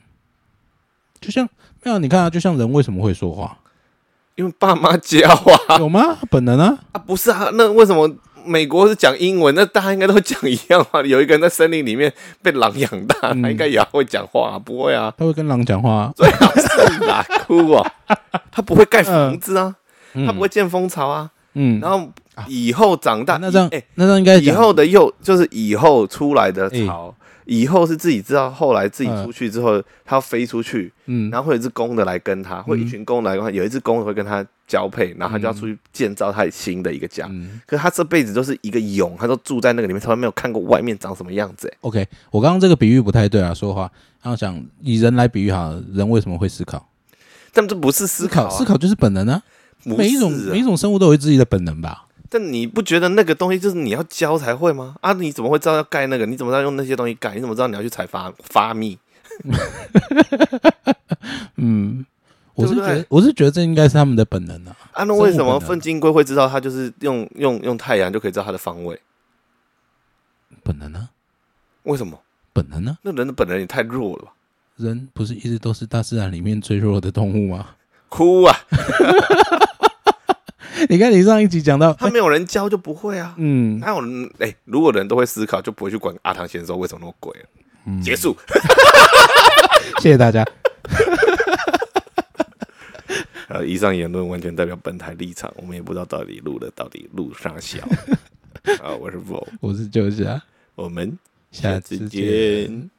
C: 就像没有你看啊，就像人为什么会说 话，
A: 因为爸妈教啊
C: 有吗？本能啊，
A: 啊，不是啊，那为什么美国是讲英文？那大家应该都讲一样话。有一个人在森林里面被狼养大，
C: 嗯
A: 他应该也会讲话、啊，不会啊？
C: 他会跟狼讲话、啊，
A: 最好是啦，哭 啊！他不会盖房子啊，
C: 嗯
A: 他不会建蜂巢啊。
C: 嗯，
A: 然后以后长大，
C: 啊那这样、
A: 哎，
C: 那这样应该
A: 以
C: 讲哎
A: 后的幼就是以后出来的巢，以后是自己知道，后来自己出去之后，它飞出去，
C: 嗯
A: 然后会有一只公的来跟它，会有一群公的来跟它，有一只公的会跟它交配，然后它就要出去建造它新的一个家。
C: 嗯
A: 可是它这辈子都是一个蛹，它都住在那个里面，从来没有看过外面长什么样子。哎
C: ，OK，我刚刚这个比喻不太对啊，说话，然后讲以人来比喻好了，人为什么会思考？
A: 但这不是思考啊，
C: 思考就是本能啊，
A: 不
C: 每一种
A: 是啊
C: 每一种生物都有自己的本能吧？
A: 但你不觉得那个东西就是你要教才会吗？啊，你怎么会知道要盖那个？你怎么知道用那些东西盖？你怎么知道你要去采伐发蜜？
C: 嗯，我是
A: 对
C: 觉
A: 不对
C: 得我是觉得这应该是他们的本能啊。
A: 啊，那为什
C: 生物
A: 么
C: 本能
A: 粪金龟会知道它就是用用用太阳就可以知道它的方位？
C: 本能呢、
A: 为什么？
C: 本能呢、
A: 那人的本能也太弱了吧？
C: 人不是一直都是大自然里面最弱的动物吗？
A: 哭啊！
C: 你看你上一集讲到，
A: 他没有人教就不会啊。
C: 嗯，
A: 哪有人？哎、如果人都会思考，就不会去管阿唐先生为什么那么贵了。
C: 嗯
A: 结束。
C: 谢谢大家。
A: 呃，以上言论完全代表本台立场，我们也不知道到底录了到底录啥 小。啊，我是 Vo，
C: 我是九霞，
A: 我们
C: 下次见。